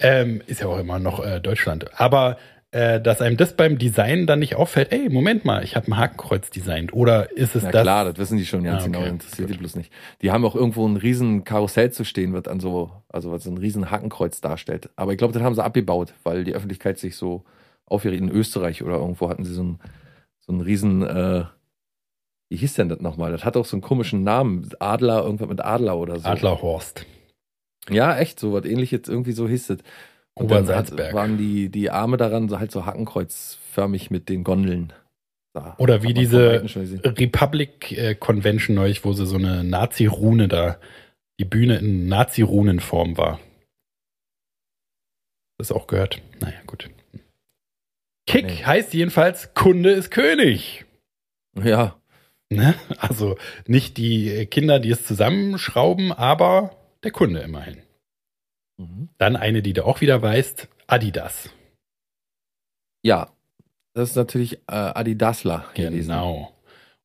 Ähm, ist ja auch immer noch äh, Deutschland. Aber äh, dass einem das beim Design dann nicht auffällt, ey, Moment mal, ich habe ein Hakenkreuz designt. Oder ist es
Na
das?
klar, das wissen die schon ganz
Ah, okay.
genau. Interessiert
Gut.
die bloß nicht. Die haben auch irgendwo ein riesen Karussell zu stehen, wird an so, also was so ein riesen Hakenkreuz darstellt. Aber ich glaube, das haben sie abgebaut, weil die Öffentlichkeit sich so aufgeregt. In Österreich oder irgendwo hatten sie so ein, so ein riesen, äh, wie hieß denn das nochmal? Das hat auch so einen komischen Namen. Adler, irgendwas mit Adler oder so.
Adlerhorst.
Ja, echt, so was ähnliches, irgendwie so hieß es. Und dann
Obersalzberg.
hat- waren die, die Arme daran so halt so hakenkreuzförmig mit den Gondeln. Da
Oder
hat man
wie diese-
von Weitem schon gesehen.
Republic äh, Convention neulich, wo sie so eine Nazi-Rune da, die Bühne in Nazi-Runenform war. Das auch gehört. Naja, gut. Kick
Nee.
heißt jedenfalls Kunde ist König.
Ja,
Ne? Also nicht die äh, Kinder, die es zusammenschrauben, aber der Kunde immerhin.
Mhm.
Dann eine, die du auch wieder weißt, Adidas.
ja. Das ist natürlich äh, Adidasler gewesen.
Genau.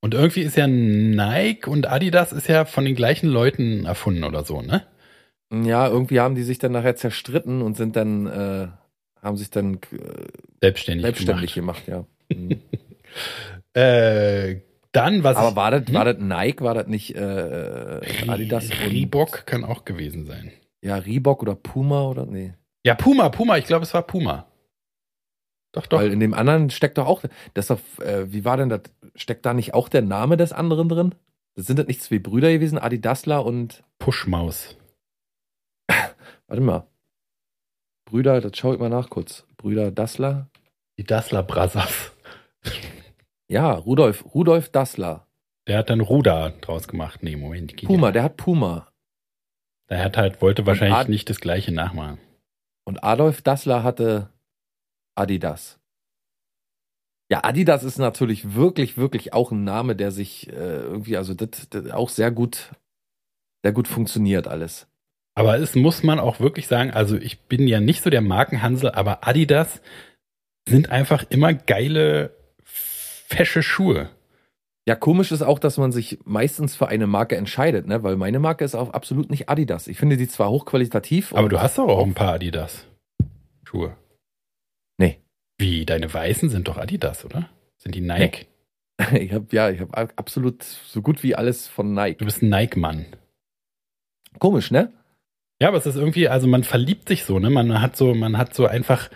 Und irgendwie ist ja Nike und Adidas ist ja von den gleichen Leuten erfunden oder so, ne?
Ja, irgendwie haben die sich dann nachher zerstritten und sind dann, äh, haben sich dann äh,
Selbstständig.
selbstständig
Gemacht.
gemacht, ja. Mhm.
Äh, dann, [LAUGHS] was
Aber war das,
Hm?
war das Nike, war das nicht äh,
ich,
Adidas? und-
Reebok kann auch gewesen sein.
Ja, Reebok oder Puma oder, nee.
Ja, Puma, Puma, ich glaube, es war Puma. Doch, doch.
Weil in dem anderen steckt doch auch, das ist doch, äh, wie war denn das? Steckt da nicht auch der Name des anderen drin? Das sind das nicht zwei Brüder gewesen, Adidasler und,
Pushmaus.
warte mal. Brüder, das schaue ich mal nach kurz. Brüder Dassler?
Die Dassler Brothers.
Ja, Rudolf, Rudolf Dassler.
Der hat dann Ruda draus gemacht. Nee, Moment. geht
Puma, der hat Puma.
Der hat halt, wollte wahrscheinlich
Ad-
nicht das gleiche nachmachen.
Und Adolf Dassler hatte Adidas. Ja, Adidas ist natürlich wirklich, wirklich auch ein Name, der sich äh, irgendwie, also das, das auch sehr gut sehr gut funktioniert alles.
Aber es muss man auch wirklich sagen, also ich bin ja nicht so der Markenhansel, aber Adidas sind einfach immer geile, fesche Schuhe.
Ja, komisch ist auch, dass man sich meistens für eine Marke entscheidet, ne? weil meine Marke ist auch absolut nicht Adidas. Ich finde die zwar hochqualitativ.
Aber du hast doch auch ein paar Adidas Schuhe.
Nee.
Wie, deine Weißen sind doch Adidas, oder? Sind die Nike?
[LAUGHS] ich habe ja, ich habe absolut so gut wie alles von Nike.
Du bist ein Nike-Mann.
Komisch, ne?
Ja, aber es ist irgendwie, also man verliebt sich so, ne? Man hat so, man hat so einfach,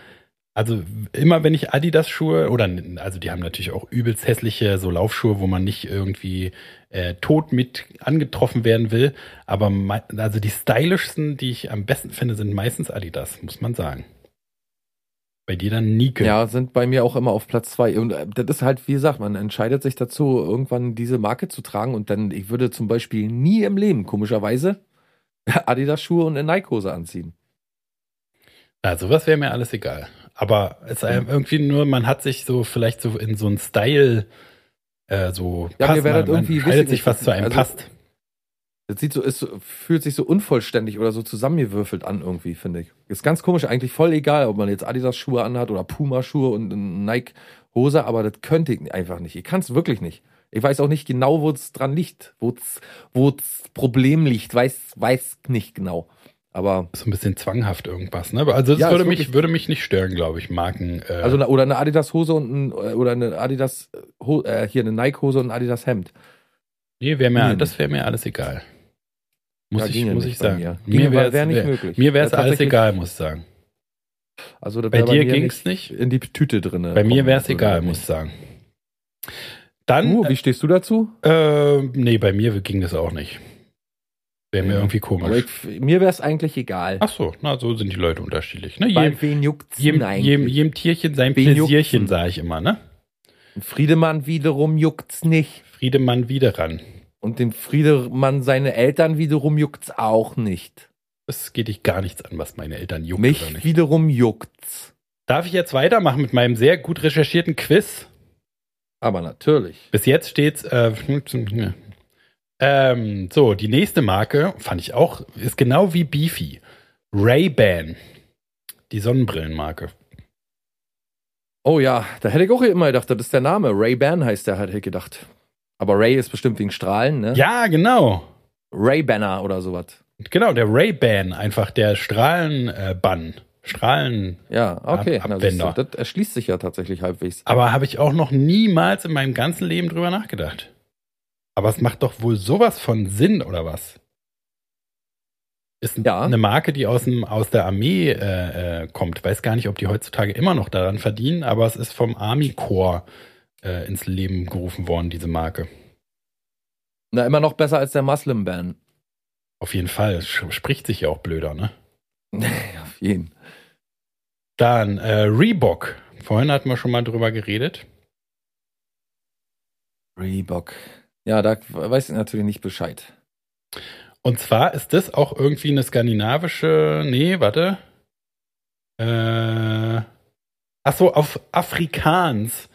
also immer wenn ich Adidas-Schuhe oder also die haben natürlich auch übelst hässliche so Laufschuhe, wo man nicht irgendwie äh, tot mit angetroffen werden will. Aber mei- also die stylischsten, die ich am besten finde, sind meistens Adidas, muss man sagen. Bei dir dann Nike.
Ja, sind bei mir auch immer auf Platz zwei. Und äh, das ist halt, wie gesagt, man entscheidet sich dazu, irgendwann diese Marke zu tragen. Und dann, ich würde zum Beispiel nie im Leben, komischerweise, [LAUGHS] Adidas-Schuhe und eine Nike-Hose anziehen.
Na, sowas wäre mir alles egal. Aber es ist
Hm.
einem irgendwie nur, man hat sich so vielleicht so in so einen Style äh, so
Ja, mir wär
man-
das irgendwie
man entscheidet
wichtig,
sich, was zu einem
also-
passt.
Das sieht so, ist, so- fühlt sich so unvollständig oder so zusammengewürfelt an irgendwie, finde ich. Ist ganz komisch, eigentlich voll egal, ob man jetzt Adidas-Schuhe anhat oder Puma-Schuhe und eine Nike-Hose, aber das könnte ich einfach nicht. Ich kann es wirklich nicht. Ich weiß auch nicht genau, wo es dran liegt, wo es wo das Problem liegt, weiß, weiß nicht genau. Aber,
so ein bisschen zwanghaft irgendwas, ne? Aber also das
Ja,
würde
ist
mich
wirklich-
würde mich nicht stören, glaube ich, Marken. Äh,
also, ne- oder eine Adidas-Hose und ein, oder eine Adidas, Ho- äh, hier eine Nike-Hose und ein Adidas-Hemd.
nee, wär mir,
ginge
das wäre mir alles egal. Muss
Ja,
ich
ginge
muss
nicht
ich
bei
sagen.
Mir,
Mir
Ginge, wär,
wäre
wär nicht
wär,
möglich.
mir wär's
Ja,
alles
tatsächlich.
egal, muss ich sagen.
Also, das
Bei
wär
dir
mir
ging's nicht.
in die Tüte also, drin.
Bei mir wäre es egal, muss ich sagen. Dann
Uh, wie stehst du dazu?
äh, nee, bei mir ging das auch nicht. Wäre mir
Ja.
irgendwie
Aber
komisch.
ich, mir wäre es eigentlich egal.
Ach so, na so sind die Leute unterschiedlich, ne? Jedem,
Bei wen juckt's
jedem,
denn eigentlich?
jedem, jedem Tierchen sein
Wen juckt's
Pläsierchen,
denn?
sage ich immer, ne?
Friedemann wiederum juckt's nicht.
Friedemann wieder ran.
Und dem Friedemann seine Eltern wiederum juckt's auch nicht.
Das geht dich gar nichts an, was meine Eltern jucken oder
Mich
nicht.
wiederum juckt's.
Darf ich jetzt weitermachen mit meinem sehr gut recherchierten Quiz?
Aber natürlich.
Bis jetzt steht's. Äh, ähm, so, die nächste Marke fand ich auch, ist genau wie Beefy. Ray-Ban. Die Sonnenbrillenmarke.
Oh ja, da hätte ich auch immer gedacht, das ist der Name. Ray Ban heißt der, hätte ich gedacht. Aber Ray ist bestimmt wegen Strahlen, ne?
Ja, genau.
Ray Banner oder sowas.
Genau, der Ray-Ban, einfach der Strahlenbann. Strahlen.
Ja, okay.
Ab-
Na, siehst du,
Abwender.
das erschließt sich ja tatsächlich halbwegs.
Aber habe ich auch noch niemals in meinem ganzen Leben drüber nachgedacht. Aber es macht doch wohl sowas von Sinn, oder was? Ist n-
Ja.
eine Marke, die aus, dem, aus der Armee äh, äh, kommt. Weiß gar nicht, ob die heutzutage immer noch daran verdienen, aber es ist vom Army Corps äh, ins Leben gerufen worden, diese Marke.
Na, immer noch besser als der Muslim Ban. [LAUGHS]
Auf jeden Fall. Sch spricht sich ja auch blöder, ne?
Auf jeden.
Dann äh, Reebok. Vorhin hatten wir schon mal drüber geredet.
Reebok. Ja, da weiß ich natürlich nicht Bescheid.
Und zwar ist das auch irgendwie eine skandinavische. Nee, warte. Äh, ach so, auf Afrikaans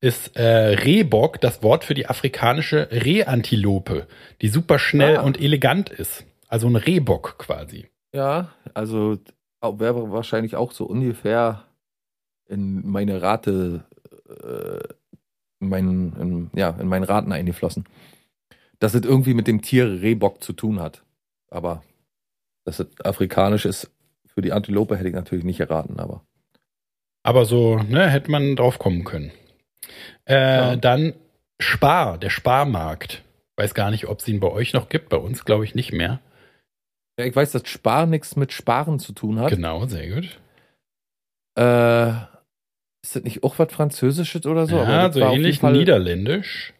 ist äh, Rehbock das Wort für die afrikanische Rehantilope, die super schnell
Ah.
und elegant ist. Also ein Rehbock quasi.
Ja, also wäre wahrscheinlich auch so ungefähr in meine Rate, äh, in meinen, in, ja, in meinen Raten eingeflossen. Dass es irgendwie mit dem Tier Rehbock zu tun hat. Aber dass es afrikanisch ist, für die Antilope hätte ich natürlich nicht erraten, aber.
Aber so, ne, hätte man drauf kommen können. Äh,
Ja.
Dann Spar, der Sparmarkt. Weiß gar nicht, ob es ihn bei euch noch gibt. Bei uns glaube ich nicht mehr.
Ja, ich weiß, dass Spar nichts mit Sparen zu tun hat.
Genau, sehr gut.
Äh, ist das nicht auch was Französisches oder so?
ja,
das
so
war auf
ähnlich
jeden Fall-
niederländisch.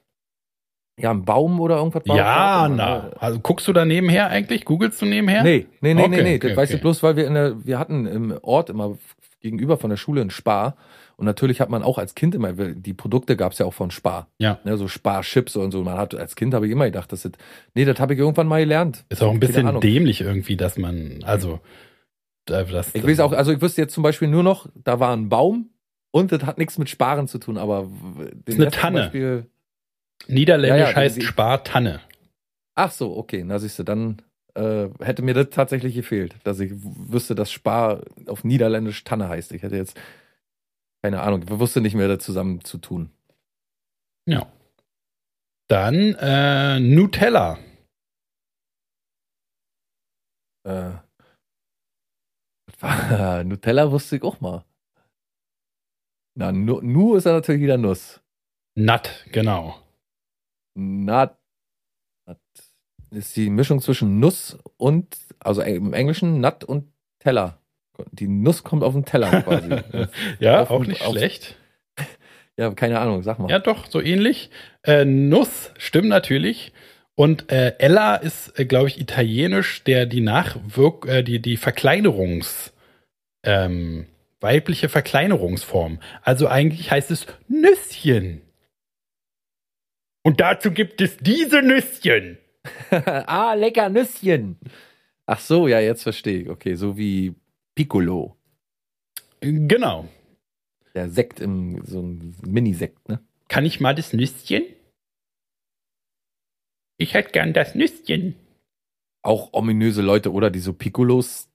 Ja, ein Baum oder irgendwas war
Ja,
auch da.
na. Also guckst du da nebenher eigentlich? Googelst du nebenher?
Nee, nee, nee,
Okay,
nee, nee.
okay,
das weiß
okay.
ich bloß, weil wir in der, wir hatten im Ort immer gegenüber von der Schule in Spar. Und natürlich hat man auch als Kind immer, die Produkte gab es ja auch von Spar.
Ja.
Ne, so Spar-Chips und so. Man hat als Kind habe ich immer gedacht, das ist. Nee, das habe ich irgendwann mal gelernt.
Ist auch ein
Keine
bisschen
Ahnung.
dämlich irgendwie, dass man, also, äh, das,
Ich weiß auch, also ich wüsste jetzt zum Beispiel nur noch, da war ein Baum und das hat nichts mit Sparen zu tun, aber w- den
Eine
Rest
Tanne.
Zum Beispiel,
Niederländisch
Ja, ja,
heißt
die- die-
Spartanne.
ach so, okay, na siehst du, dann äh, hätte mir das tatsächlich gefehlt, dass ich w- wüsste, dass Spar auf Niederländisch Tanne heißt. Ich hätte jetzt keine Ahnung, ich wusste nicht mehr, das zusammen zu tun.
Ja. Dann äh, Nutella.
Äh, [LAUGHS] was war, Nutella wusste ich auch mal. Na, Nu, nu ist ja natürlich wieder Nuss.
Nut, genau.
Nut, Nut ist die Mischung zwischen Nuss und, also im Englischen Nut und Teller. Die Nuss kommt auf den Teller quasi.
Ja,
Auf-
auch nicht
auf-
schlecht.
ja, keine Ahnung, sag mal.
Ja, doch, so ähnlich. Äh, Nuss, stimmt natürlich. Und äh, Ella ist, äh, glaube ich, italienisch, der die Nachwirk, äh, die, die Verkleinerungs, ähm, weibliche Verkleinerungsform. Also eigentlich heißt es Nüsschen. Und dazu gibt es diese Nüsschen.
ah, lecker Nüsschen. Ach so, ja, jetzt verstehe ich. Okay, so wie Piccolo.
Genau.
Der Sekt im, so ein Minisekt, ne?
Kann ich mal das Nüsschen? Ich hätte gern das Nüsschen.
Auch ominöse Leute, oder? Die so Piccolos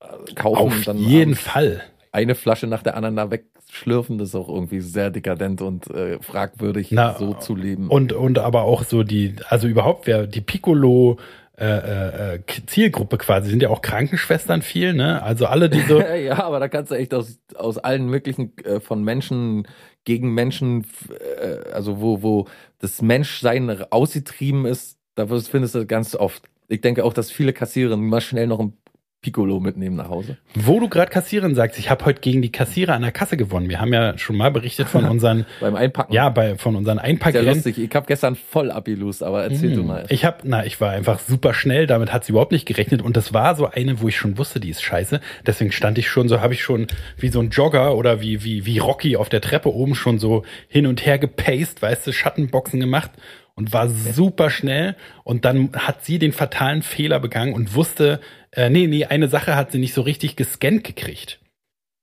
äh, kaufen
Auf
und dann
jeden
abends
Fall.
eine Flasche nach der anderen da wegschlürfen. Das ist auch irgendwie sehr dekadent und äh, fragwürdig,
Na,
so zu leben.
Und, und aber auch so die, also überhaupt, wer die Piccolo äh, äh, äh, Zielgruppe quasi, sind ja auch Krankenschwestern viel, ne? Also alle, die
[LAUGHS]
so,
ja, aber da kannst du echt aus, aus allen möglichen äh, von Menschen gegen Menschen, f- äh, also wo, wo das Menschsein ausgetrieben ist, da wirst- findest du das ganz oft. Ich denke auch, dass viele Kassiererinnen mal schnell noch ein Piccolo mitnehmen nach Hause.
wo du gerade Kassierin sagst, ich habe heute gegen die Kassierer an der Kasse gewonnen. Wir haben ja schon mal berichtet von unseren,
Beim Einpacken.
ja, bei, von unseren
sehr
Einpackrennen.
lustig. Ich habe gestern voll abgelust, aber erzähl du mal.
Mhm. Hm. Ich habe, na, ich war einfach super schnell, damit hat sie überhaupt nicht gerechnet und das war so eine, wo ich schon wusste, die ist scheiße. Deswegen stand ich schon so, habe ich schon wie so ein Jogger oder wie wie wie Rocky auf der Treppe oben schon so hin und her gepaced, weißt du, Schattenboxen gemacht und war super schnell und dann hat sie den fatalen Fehler begangen und wusste, äh, nee, nee, eine Sache hat sie nicht so richtig gescannt gekriegt.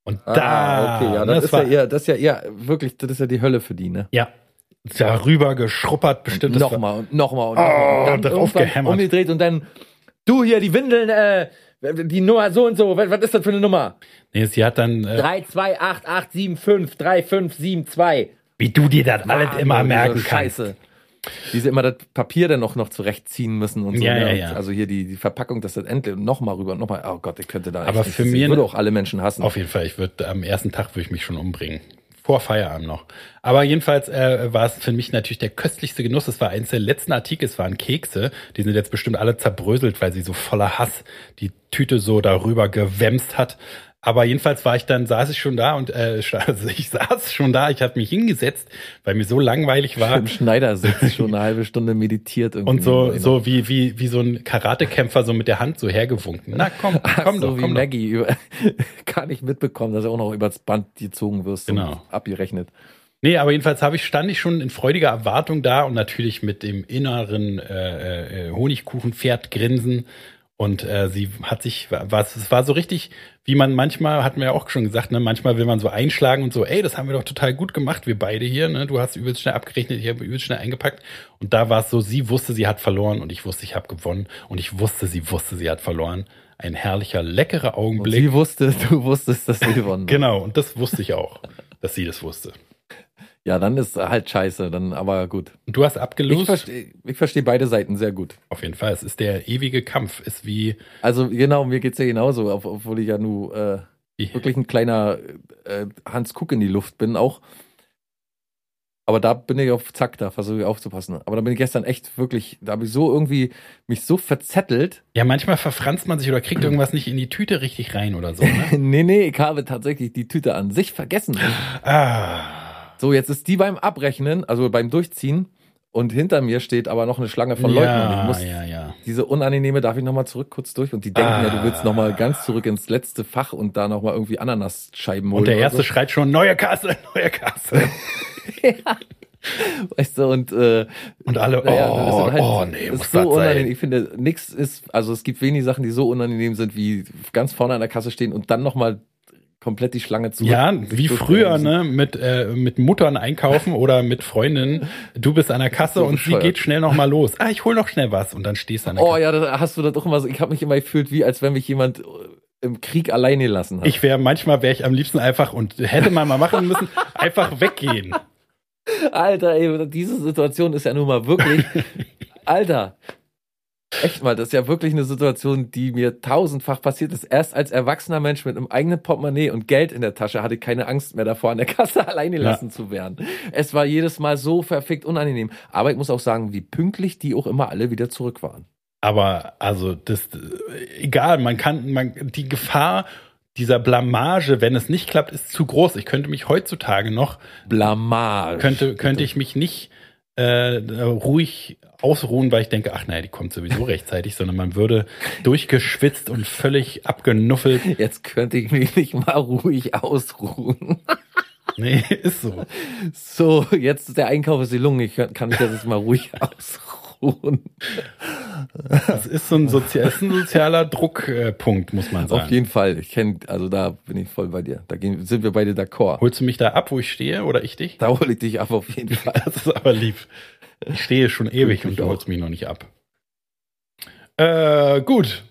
Und da,
Ah, okay, ja,
ne,
das,
es
ist
war,
ja eher, das ist ja eher wirklich, das ist ja die Hölle für die, ne?
ja, darüber geschruppert bestimmt. das war-
Nochmal und nochmal und
Oh,
nochmal. Und
drauf
irgendwann
gehämmert.
Umgedreht und dann, du hier, die Windeln, äh, die Nummer so und so, was, was ist das für eine Nummer?
Nee, sie hat dann äh,
3, 2, 8, 8, 7, 5, 3, 5, 7, 2.
Wie du dir das
Ah,
alles immer merken kannst.
Scheiße. Wie sie immer das Papier dann auch noch zurechtziehen müssen und so.
Ja,
ne?
ja,
Und
ja.
Also hier die, die Verpackung, dass das endlich nochmal rüber und nochmal. Oh Gott, ich könnte da.
Aber
echt nicht-
für mich-
Ich würde auch alle Menschen hassen.
Auf jeden Fall, ich würde am ersten Tag würde ich mich schon umbringen. Vor Feierabend noch. Aber jedenfalls äh, war es für mich natürlich der köstlichste Genuss. Es war eins der letzten Artikel, es waren Kekse. Die sind jetzt bestimmt alle zerbröselt, weil sie so voller Hass die Tüte so darüber gewämst hat. Aber jedenfalls war ich dann, saß ich schon da und äh, [LAUGHS] also ich saß schon da, ich habe mich hingesetzt, weil mir so langweilig war.
Im Schneider sitzt schon eine halbe Stunde meditiert irgendwie.
Und so,
Oder
so wie, wie, wie so ein Karatekämpfer so mit der Hand so hergewunken. Na komm,
Ach,
komm
so
doch,
wie
komm doch.
Maggie über, [LAUGHS] gar nicht mitbekommen, dass er auch noch übers Band gezogen wirst
Genau.
und abgerechnet.
Nee, aber jedenfalls habe ich, stand ich schon in freudiger Erwartung da und natürlich mit dem inneren äh, äh, Honigkuchenpferd grinsen. Und äh, sie hat sich, war- was, es war so richtig, wie man manchmal, hatten wir ja auch schon gesagt, ne, manchmal will man so einschlagen und so, ey, das haben wir doch total gut gemacht, wir beide hier, ne? Du hast übelst schnell abgerechnet, ich habe übelst schnell eingepackt. Und da war es so, sie wusste, sie hat verloren und ich wusste, ich habe gewonnen. Und ich wusste, sie wusste, sie hat verloren. Ein herrlicher, leckerer
Und
Augenblick.
sie wusste, [LAUGHS] du wusstest, dass sie gewonnen hat.
Genau, und das wusste ich auch, dass sie das wusste.
Ja, dann ist halt scheiße, dann aber gut.
Und du hast
Ich
abgelost.
verstehe ich versteh beide Seiten sehr gut.
Auf jeden Fall. Es ist der ewige Kampf. Ist wie,
Also genau, mir geht's ja genauso, ob- obwohl ich ja nur äh,
wie
wirklich ein kleiner äh, Hans Kuck in die Luft bin auch. Aber da bin ich auf Zack, da versuche ich aufzupassen. Aber da bin ich gestern echt wirklich, da habe ich so irgendwie mich so verzettelt, [LAUGHS]
ja manchmal verfranst man sich oder
Mhm.
kriegt irgendwas nicht in die Tüte richtig rein oder so.
[LAUGHS]
Ne?
Nee, nee, ich habe tatsächlich die Tüte an sich vergessen.
ah,
So, jetzt ist die beim Abrechnen, also beim Durchziehen. Und hinter mir steht aber noch eine Schlange von Leuten. Und ich
ja,
muss
ja, ja.
diese unangenehme, darf ich nochmal zurück kurz durch? Und die denken ja, du willst nochmal
Ah.
ganz zurück ins letzte Fach und da nochmal irgendwie Ananasscheiben holen.
Und der
oder
erste schreit schon neue Kasse, [LAUGHS] neue Kasse.
So. [LAUGHS] Weißt du, und, äh,
Und alle,
naja, das ist
oh,
dann halt,
oh, nee,
das
muss
ist so
das sein.
unangenehm. Ich finde, nichts ist, also es gibt wenig Sachen, die so unangenehm sind, wie ganz vorne an der Kasse stehen und dann nochmal komplett die Schlange zu.
Ja, wie früher, ne? Mit, äh, mit Muttern einkaufen oder mit Freundinnen. Du bist an der Kasse
so
und
bescheuert.
sie geht schnell nochmal los. Ah, ich hol noch schnell was und dann stehst du an der
Oh
Kasse.
ja, da hast du das doch immer so. Ich habe mich immer gefühlt, wie als wenn mich jemand äh, im Krieg alleine gelassen hat.
Ich wäre manchmal wäre ich am liebsten einfach und hätte man mal
[LAUGHS]
machen müssen, einfach weggehen.
Alter, ey, diese Situation ist ja nun mal
[LAUGHS]
wirklich. Alter. Echt mal, das ist ja wirklich eine Situation, die mir tausendfach passiert ist. Erst als erwachsener Mensch mit einem eigenen Portemonnaie und Geld in der Tasche hatte ich keine Angst mehr davor, an der Kasse [LAUGHS] alleine gelassen zu werden. Es war jedes Mal so verfickt unangenehm. Aber ich muss auch sagen, wie pünktlich die auch immer alle wieder zurück waren.
Aber also das egal, man kann man die Gefahr dieser Blamage, wenn es nicht klappt, ist zu groß. Ich könnte mich heutzutage noch
Blamage.
könnte könnte ich mich nicht äh, ruhig ausruhen, weil ich denke, ach naja, die kommt sowieso rechtzeitig, sondern man würde durchgeschwitzt und völlig abgenuffelt.
Jetzt könnte ich mich nicht mal ruhig ausruhen. [LAUGHS]
Nee, ist so.
So, jetzt ist der Einkauf ist gelungen. Ich kann mich jetzt mal ruhig [LAUGHS] ausruhen.
Das ist so ein, sozi das ist ein sozialer Druckpunkt, äh, muss man
Auf
sagen.
jeden Fall. Ich kenne, also da bin ich voll bei dir. Da gehen, sind wir beide d'accord.
Holst du mich da ab, wo ich stehe, oder ich dich?
Da hole ich dich ab auf jeden Fall.
[LAUGHS] Das ist aber lieb. Ich stehe schon ewig und du holst mich noch nicht ab. Äh, gut.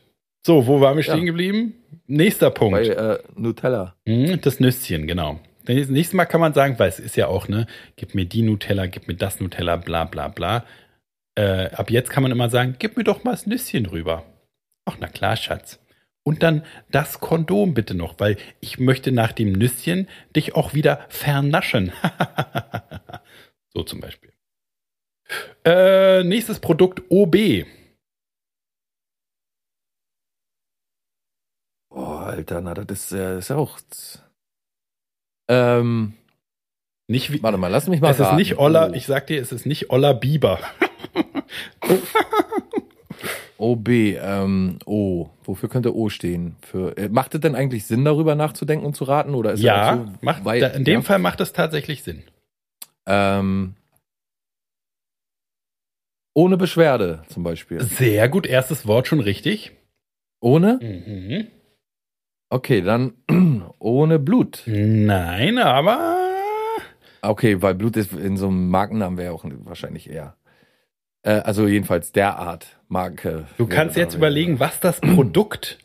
So, wo waren wir
Ja.
stehen geblieben? Nächster
Bei
Punkt.
äh, Nutella.
Hm, das Nüsschen, genau. Das nächste Mal kann man sagen, weil es ist ja auch, ne, gib mir die Nutella, gib mir das Nutella, bla bla bla. Äh, ab jetzt kann man immer sagen, gib mir doch mal das Nüsschen rüber. Ach, na klar, Schatz. Und dann das Kondom bitte noch, weil ich möchte nach dem Nüsschen dich auch wieder vernaschen. [LAUGHS] so zum Beispiel. Äh, nächstes Produkt OB.
Oh, Alter, na, das ist, äh, ist ja auch. Ähm,
Nicht wie,
warte mal, Oh. lass mich mal.
es ist
raten.
nicht Olla, ich sag dir, es ist nicht Olla Bieber.
Oh, OB, ähm, O. Wofür könnte O stehen? Für, äh, macht es denn eigentlich Sinn, darüber nachzudenken und zu raten? Oder ist
ja,
das auch so
macht,
weit-
da, in dem
Also ja?
Fall macht es tatsächlich Sinn.
Ähm, ohne Beschwerde zum Beispiel.
Sehr gut, erstes Wort schon richtig. Mhm.
Ohne? Okay, dann [CLEARS THROAT] ohne Blut.
Nein, aber
Okay, weil Blut ist in so einem Markennamen wäre auch wahrscheinlich eher. Äh, also jedenfalls der Art Marke.
du kannst
wäre
jetzt
da-
überlegen, was das Produkt,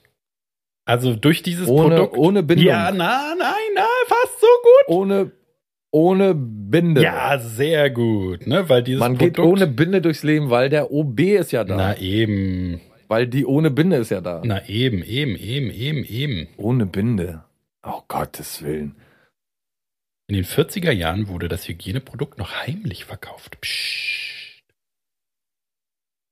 also durch dieses
Ohne,
Produkt.
ohne Bindung.
Ja, na, nein, na, fast so gut.
Ohne, ohne Binde.
Ja, sehr gut, ne, weil dieses
Man geht
Produkt.
ohne Binde durchs Leben, weil der OB ist ja da.
na eben,
Weil die ohne Binde ist ja da.
na eben, eben, eben, eben, eben.
Ohne Binde. Oh Gottes Willen.
In den 40er Jahren wurde das Hygieneprodukt noch heimlich verkauft. Psst.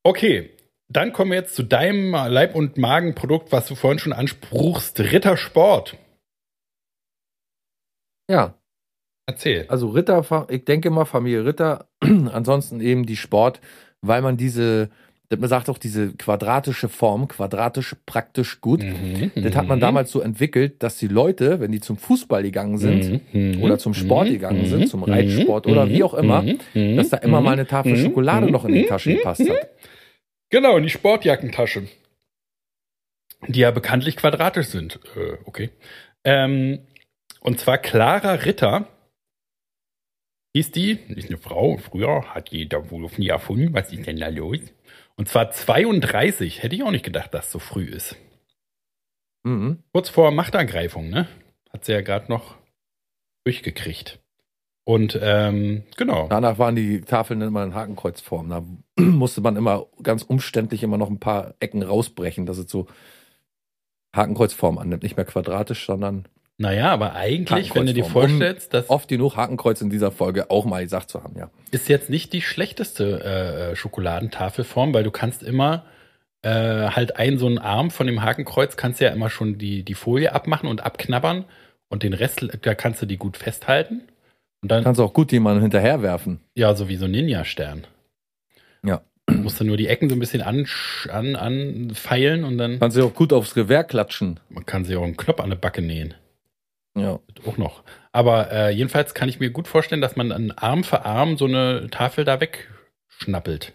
Okay, dann kommen wir jetzt zu deinem Leib- und Magenprodukt, was du vorhin schon ansprichst, Rittersport.
Ja,
Erzähl.
also Ritter, fa- ich denke mal Familie Ritter, [CLEARS THROAT] ansonsten eben die Sport, weil man diese, das- man sagt auch diese quadratische Form, quadratisch praktisch
Mhm.
gut, das hat man damals so entwickelt, dass die Leute, wenn die zum Fußball gegangen sind,
Mhm.
oder zum Sport gegangen sind, zum Reitsport oder wie auch immer,
Mhm.
dass da immer mal eine Tafel Schokolade noch in die Tasche gepasst hat.
Genau, in die Sportjackentasche. Die ja bekanntlich quadratisch sind. Äh, okay. Ähm, und zwar Clara Ritter hieß die, ist eine Frau, früher hat jeder wohl auf nie erfunden, was ist denn da los? Und zwar 32, hätte ich auch nicht gedacht, dass so früh ist.
Mhm.
Kurz vor Machtergreifung, ne? Hat sie ja gerade noch durchgekriegt. Und ähm, genau.
Danach waren die Tafeln immer in Hakenkreuzform. Da [CLEARS THROAT] musste man immer ganz umständlich immer noch ein paar Ecken rausbrechen, dass es so Hakenkreuzform annimmt. Nicht mehr quadratisch, sondern
Naja, aber eigentlich, wenn du dir
Hakenkreuzform. Um-
vorstellst, dass
oft genug Hakenkreuz in dieser Folge auch mal gesagt zu haben, ja.
ist jetzt nicht die schlechteste äh, Schokoladentafelform, weil du kannst immer äh, halt einen so einen Arm von dem Hakenkreuz kannst du ja immer schon die, die Folie abmachen und abknabbern und den Rest, da kannst du die gut festhalten. Und dann,
Kannst auch gut jemanden hinterherwerfen.
ja, so wie so ein Ninja-Stern.
Ja.
Musst du nur die Ecken so ein bisschen ansch- an, anfeilen und dann
Kannst dich auch gut aufs Revers klatschen.
man kann sie auch einen Knopf an der Backe nähen.
Ja.
Auch noch. Aber äh, jedenfalls kann ich mir gut vorstellen, dass man einen Arm für Arm so eine Tafel da wegschnappelt.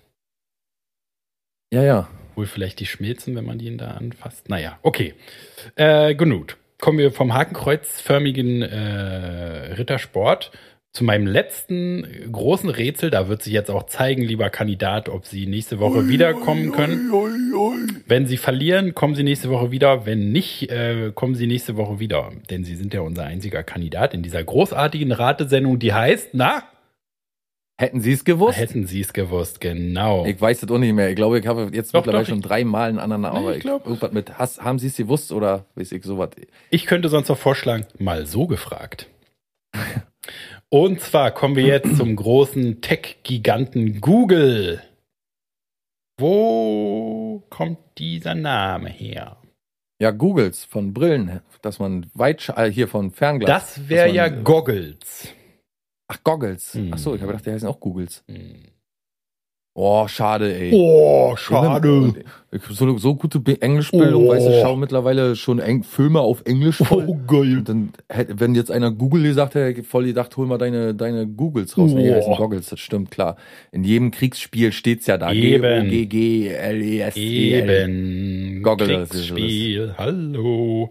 Ja, ja.
Wohl vielleicht die Schmilzen, wenn man die da anfasst. Naja, okay. Äh, genug. kommen wir vom hakenkreuzförmigen äh, Rittersport zu meinem letzten großen Rätsel. Da wird sich jetzt auch zeigen, lieber Kandidat, ob Sie nächste Woche wiederkommen können.
Ui, ui, ui.
Wenn Sie verlieren, kommen Sie nächste Woche wieder. Wenn nicht, äh, kommen Sie nächste Woche wieder. Denn Sie sind ja unser einziger Kandidat in dieser großartigen Ratesendung, die heißt, na,
Hätten Sie es gewusst?
hätten Sie es gewusst, genau.
Ich weiß das auch nicht mehr. Ich glaube, ich habe jetzt
Doch,
mittlerweile
doch,
schon dreimal einen anderen, aber
ich
ich
glaub-
irgendwas mit Hass, haben Sie es gewusst oder weiß ich sowas.
Ich könnte sonst noch vorschlagen, mal so gefragt. Und zwar kommen wir jetzt zum großen Tech-Giganten Google. Wo kommt dieser Name her?
Ja, Googles von Brillen, dass man weit äh, hier von Fernglas.
Das wäre
dass man- äh,
ja Goggles.
Ach, Goggles.
Hm.
Ach so, ich habe gedacht, die heißen auch Googles.
Hm.
Oh, schade, ey.
Oh,
Ich hab So, so gute Be- Englischbildung,
Oh.
weißt du, ich schaue mittlerweile schon Eng Filme auf Englisch voll.
Goggles.
Und dann, hätte- wenn jetzt einer Google gesagt hätte, hätte ich voll gedacht, hol mal deine, deine Googles raus. Nee, die
Oh.
heißen Goggles, das stimmt, klar. In jedem Kriegsspiel steht's ja da.
Eben.
G-O-G-G-L-E-S-E-L.
Eben.
Goggles ist es.
Glücksspiel. Hallo.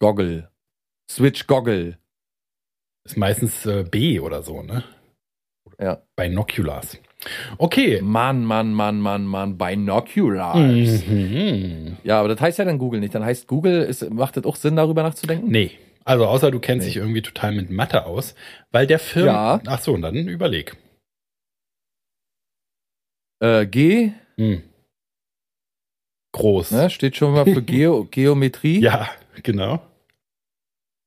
Goggle. Switch Goggle.
Ist meistens äh, B oder so, ne?
Ja.
Bei Noculars. Okay.
Mann, Mann, Mann, Mann, Mann, Binoculars.
Mm. Mhm.
Ja, aber das heißt ja dann Google nicht. Dann heißt Google, ist, macht das auch Sinn, darüber nachzudenken?
Nee. Also außer du kennst
Nee.
dich irgendwie total mit Mathe aus, weil der Firmen.
Ja.
Ach so, und dann überleg.
Äh, G,
Hm. Groß.
ne, steht schon mal
[LAUGHS]
für Geo, Geometrie.
Ja, genau.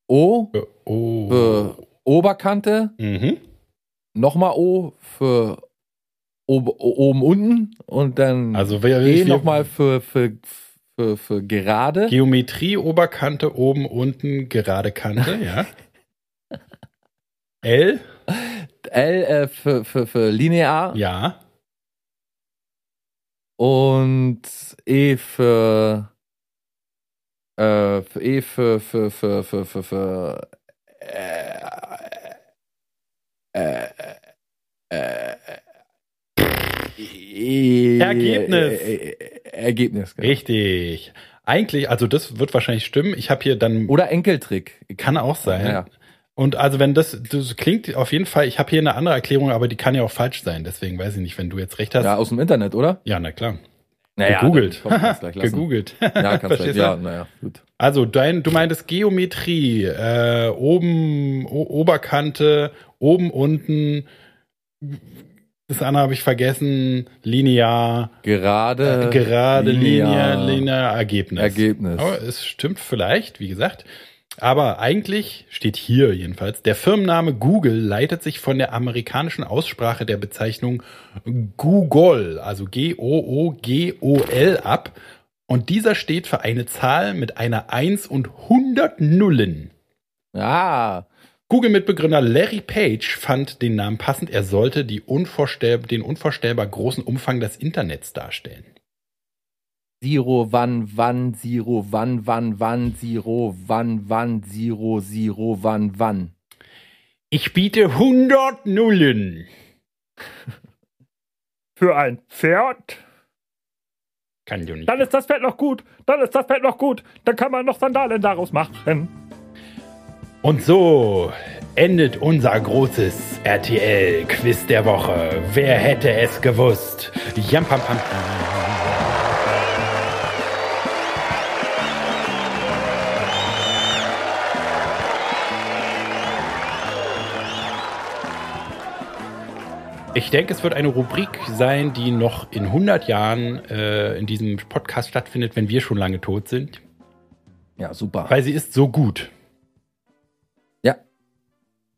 O
Äh, Oh.
für Oberkante.
Mhm.
Nochmal O für ob, o- oben, unten. Und dann
Also wir,
G
wir
nochmal für, für, für, für gerade.
Geometrie, Oberkante, oben, unten, gerade Kante,
[LAUGHS]
ja. L,
L äh, für, für, für linear.
ja.
Und E für, äh, für E für für für für für, für äh, äh, äh, äh,
Ergebnis.
Äh, äh, äh, Ergebnis. genau.
Richtig. Eigentlich, also das wird wahrscheinlich stimmen. Ich habe hier dann,
Oder Enkeltrick.
kann auch sein.
Ja.
Und also wenn das, das klingt auf jeden Fall, ich habe hier eine andere Erklärung, aber die kann ja auch falsch sein. Deswegen weiß ich nicht, wenn du jetzt recht hast.
ja,
Ja,
aus dem Internet, oder?
na klar.
dann
Gegoogelt.
komm, kannst gleich lassen.
Gegoogelt. [LAUGHS]
Ja, kannst gleich,
Verstehst
ja,
du?
naja, gut.
Also dein, du meintest Geometrie, äh, oben, o Oberkante, oben, unten. Das andere habe ich vergessen. Linear,
Gerade,
äh, gerade
linear,
Linie, linear Ergebnis.
Ergebnis.
Aber es stimmt vielleicht, wie gesagt. Aber eigentlich steht hier jedenfalls, der Firmenname Google leitet sich von der amerikanischen Aussprache der Bezeichnung Google, also G-O-O-G-O-L ab. Und dieser steht für eine Zahl mit einer 1 und 100 Nullen.
Ah,
Google-Mitbegründer Larry Page fand den Namen passend. Er sollte die unvorstell den unvorstellbar großen Umfang des Internets darstellen.
Zero, wann, wann, Zero, wann, wann, wann, Zero, wann, wann, Zero, Zero, wann, wann.
Ich biete 100 Nullen.
Für ein Pferd?
Kann du nicht.
Dann ist das Pferd noch gut. Dann ist das Pferd noch gut. Dann kann man noch Sandalen daraus machen.
Und so endet unser großes RTL-Quiz der Woche. Wer hätte es gewusst? Jam, pam, pam. Ich denke, es wird eine Rubrik sein, die noch in 100 Jahren äh, in diesem Podcast stattfindet, wenn wir schon lange tot sind.
Ja, super.
Weil sie ist so gut.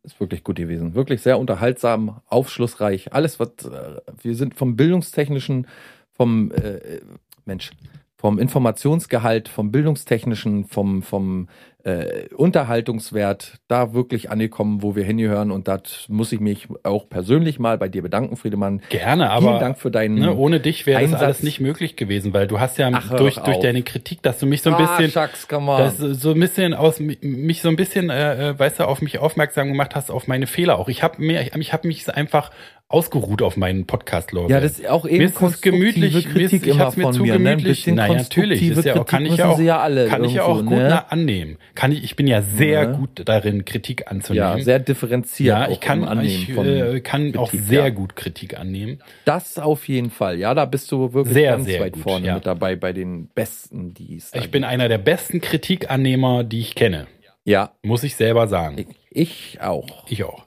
Ist wirklich gut gewesen. Wirklich sehr unterhaltsam, aufschlussreich. Alles, was äh, wir sind vom bildungstechnischen, vom äh, Mensch, vom Informationsgehalt, vom bildungstechnischen, vom, vom äh, Unterhaltungswert da wirklich angekommen, wo wir hingehören. Und das muss ich mich auch persönlich mal bei dir bedanken, Friedemann.
Gerne, aber.
Vielen Dank für deinen
Ne, ohne dich wäre das
Einsatz-
alles nicht möglich gewesen, weil du hast ja
Ach, hör
durch,
doch
durch
auf.
deine Kritik, dass du mich so ein bisschen,
Ah, Shucks, come on.
dass du so ein bisschen aus mi- mich so ein bisschen, äh, äh, weißt du, auf mich aufmerksam gemacht hast auf meine Fehler auch. Ich habe mir, ich, ich habe mich einfach ausgeruht auf meinen podcast
Ja,
lorbeeren
das ist auch eben
Mir ist es gemütlich, mir ist-
Kritik
ich
immer
hab's mir
von
zu
mir. Ne? Ein
gemütlich.
bisschen
Na ja, natürlich,
konstruktive
ist ja auch- kann
Kritik
ich ja
müssen
auch-
sie ja alle
Kann ich ja auch
irgendwo,
gut
ne?
na- annehmen. Kann ich, ich bin ja sehr
Ja.
gut darin, Kritik
Ja,
anzunehmen.
sehr differenziert.
ja
auch
ich kann,
im Annehmen
ich,
von
äh, kann auch
Kritik,
sehr
ja.
gut Kritik annehmen.
Das auf jeden Fall. Ja, da bist du wirklich
Sehr,
ganz
sehr
weit
gut,
vorne
ja.
mit dabei bei den Besten, die es da
Ich bin
gibt.
einer der besten Kritikannehmer, die ich kenne.
Ja,
Muss ich selber sagen.
ich, ich auch.
Ich auch.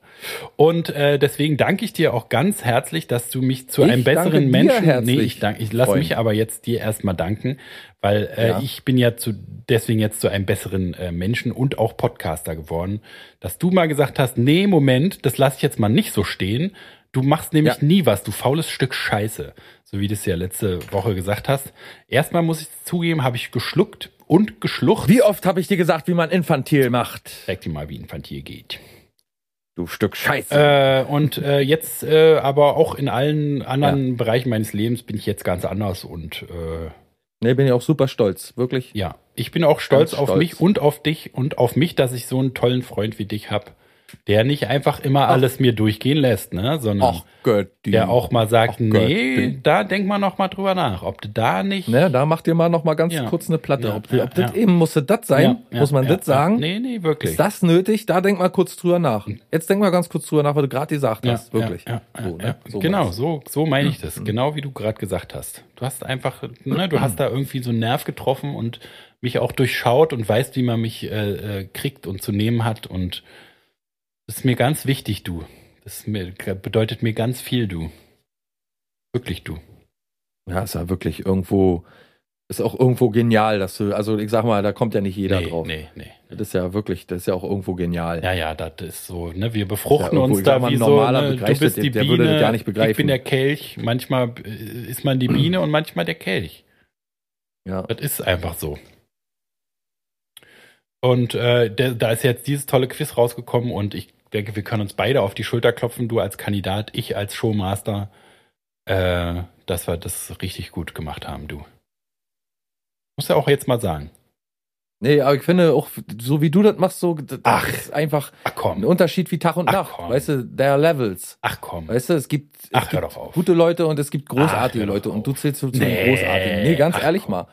Und äh, deswegen danke ich dir auch ganz herzlich, dass du mich zu
Ich
einem
danke
besseren
dir
Menschen.
herzlich,
ich, danke, ich lass
Freund.
mich aber jetzt dir erstmal danken, weil äh,
Ja.
ich bin ja zu, deswegen jetzt zu einem besseren äh, Menschen und auch Podcaster geworden, dass du mal gesagt hast, nee, Moment, das lasse ich jetzt mal nicht so stehen. Du machst nämlich
Ja.
nie was, du faules Stück Scheiße, so wie du es ja letzte Woche gesagt hast. Erstmal muss ich zugeben, habe ich geschluckt und geschlucht.
Wie oft habe ich dir gesagt, wie man infantil macht?
Sag dir mal, wie infantil geht.
Du Stück Scheiße.
Äh, und äh, jetzt äh, aber auch in allen anderen Bereichen meines Lebens bin ich jetzt ganz anders und äh,
Ne, bin ich auch super stolz, wirklich.
ja, ich bin auch stolz
Ganz
auf
stolz.
mich und auf dich und auf mich, dass ich so einen tollen Freund wie dich habe, der nicht einfach immer alles mir durchgehen lässt, ne, sondern
Ach Gott, die.
der auch mal sagt,
Ach Gott,
nee,
die-
da denk mal noch mal drüber nach, ob du da nicht
Ne, da macht ihr mal noch mal ganz
Ja.
kurz eine Platte.
Ja,
ob
ja,
ob das
ja.
eben musste das sein?
Ja, ja,
Muss man
ja,
das sagen?
Ja. Nee, nee, wirklich.
Ist das nötig? Da denk mal kurz drüber nach. Jetzt denk mal ganz kurz drüber nach, was du gerade gesagt hast. Wirklich.
Ja, ja,
So, ne?
ja.
So
genau,
war's. Mhm.
so, so meine ich das. Genau wie du gerade gesagt hast. Du hast einfach, ne, du hast da irgendwie so einen Nerv getroffen und mich auch durchschaut und weißt, wie man mich äh, äh, kriegt und zu nehmen hat. Und das ist mir ganz wichtig, du. Das ist mir, bedeutet mir ganz viel, du. Wirklich, du.
Ja, ist ja wirklich irgendwo, ist auch irgendwo genial, dass du, also ich sag mal, da kommt ja nicht jeder
nee,
drauf.
nee, nee.
Das ist ja wirklich, das ist ja auch irgendwo genial.
Ja, ja, das ist so, ne? Wir befruchten
Ja, irgendwo,
uns
ich
da
sag mal,
wie
ein
so,
Normaler
ne, du
begreift
bist
das,
die
der
Biene,
würde das gar nicht
ich bin
begreifen.
der Kelch, manchmal äh, ist man die Biene und manchmal der Kelch.
Ja.
Das ist einfach so. Und äh, da, da ist jetzt dieses tolle Quiz rausgekommen und ich denke, wir können uns beide auf die Schulter klopfen, du als Kandidat, ich als Showmaster, äh, dass wir das richtig gut gemacht haben, du. Muss ja auch jetzt mal sagen.
Nee, aber ich finde auch, so wie du das machst, so, das
Ach.
ist einfach
Ach
ein
komm,
Unterschied wie Tag und
Ach,
Nacht.
komm.
Weißt du, there are levels.
ach komm.
Weißt du, es gibt, es
Ach, hör
gibt
doch auf.
gute Leute und es gibt
Ach, hör
großartige
doch
Leute und du
auf.
zählst so zu
Nee.
den großartigen. Nee, ganz
Ach,
ehrlich
komm.
mal.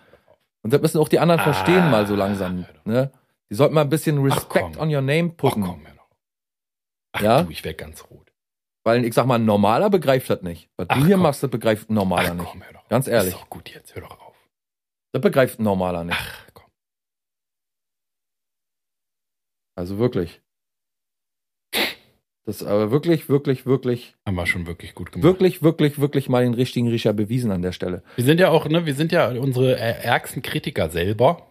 Und das müssen auch die anderen
Ah,
verstehen mal so langsam.
hör doch
Ne? Die sollten mal ein bisschen Respect
komm.
on your name
Ach
putten.
komm, hör doch auf. Ach
Ja?
du, ich werd ganz rot.
Weil ich sag mal, ein normaler begreift das nicht. Was
Ach,
du hier
komm.
machst, das begreift ein
Ach
normaler nicht.
komm, hör doch auf.
Ganz ehrlich.
Ist doch gut jetzt, hör doch auf.
Das begreift ein normaler nicht.
Ach komm.
Also wirklich. Das ist aber wirklich, wirklich, wirklich,
Haben wir schon wirklich gut gemacht.
wirklich, wirklich, wirklich mal den richtigen Riecher bewiesen an der Stelle.
Wir sind ja auch, ne, wir sind ja unsere ä- ärgsten Kritiker selber.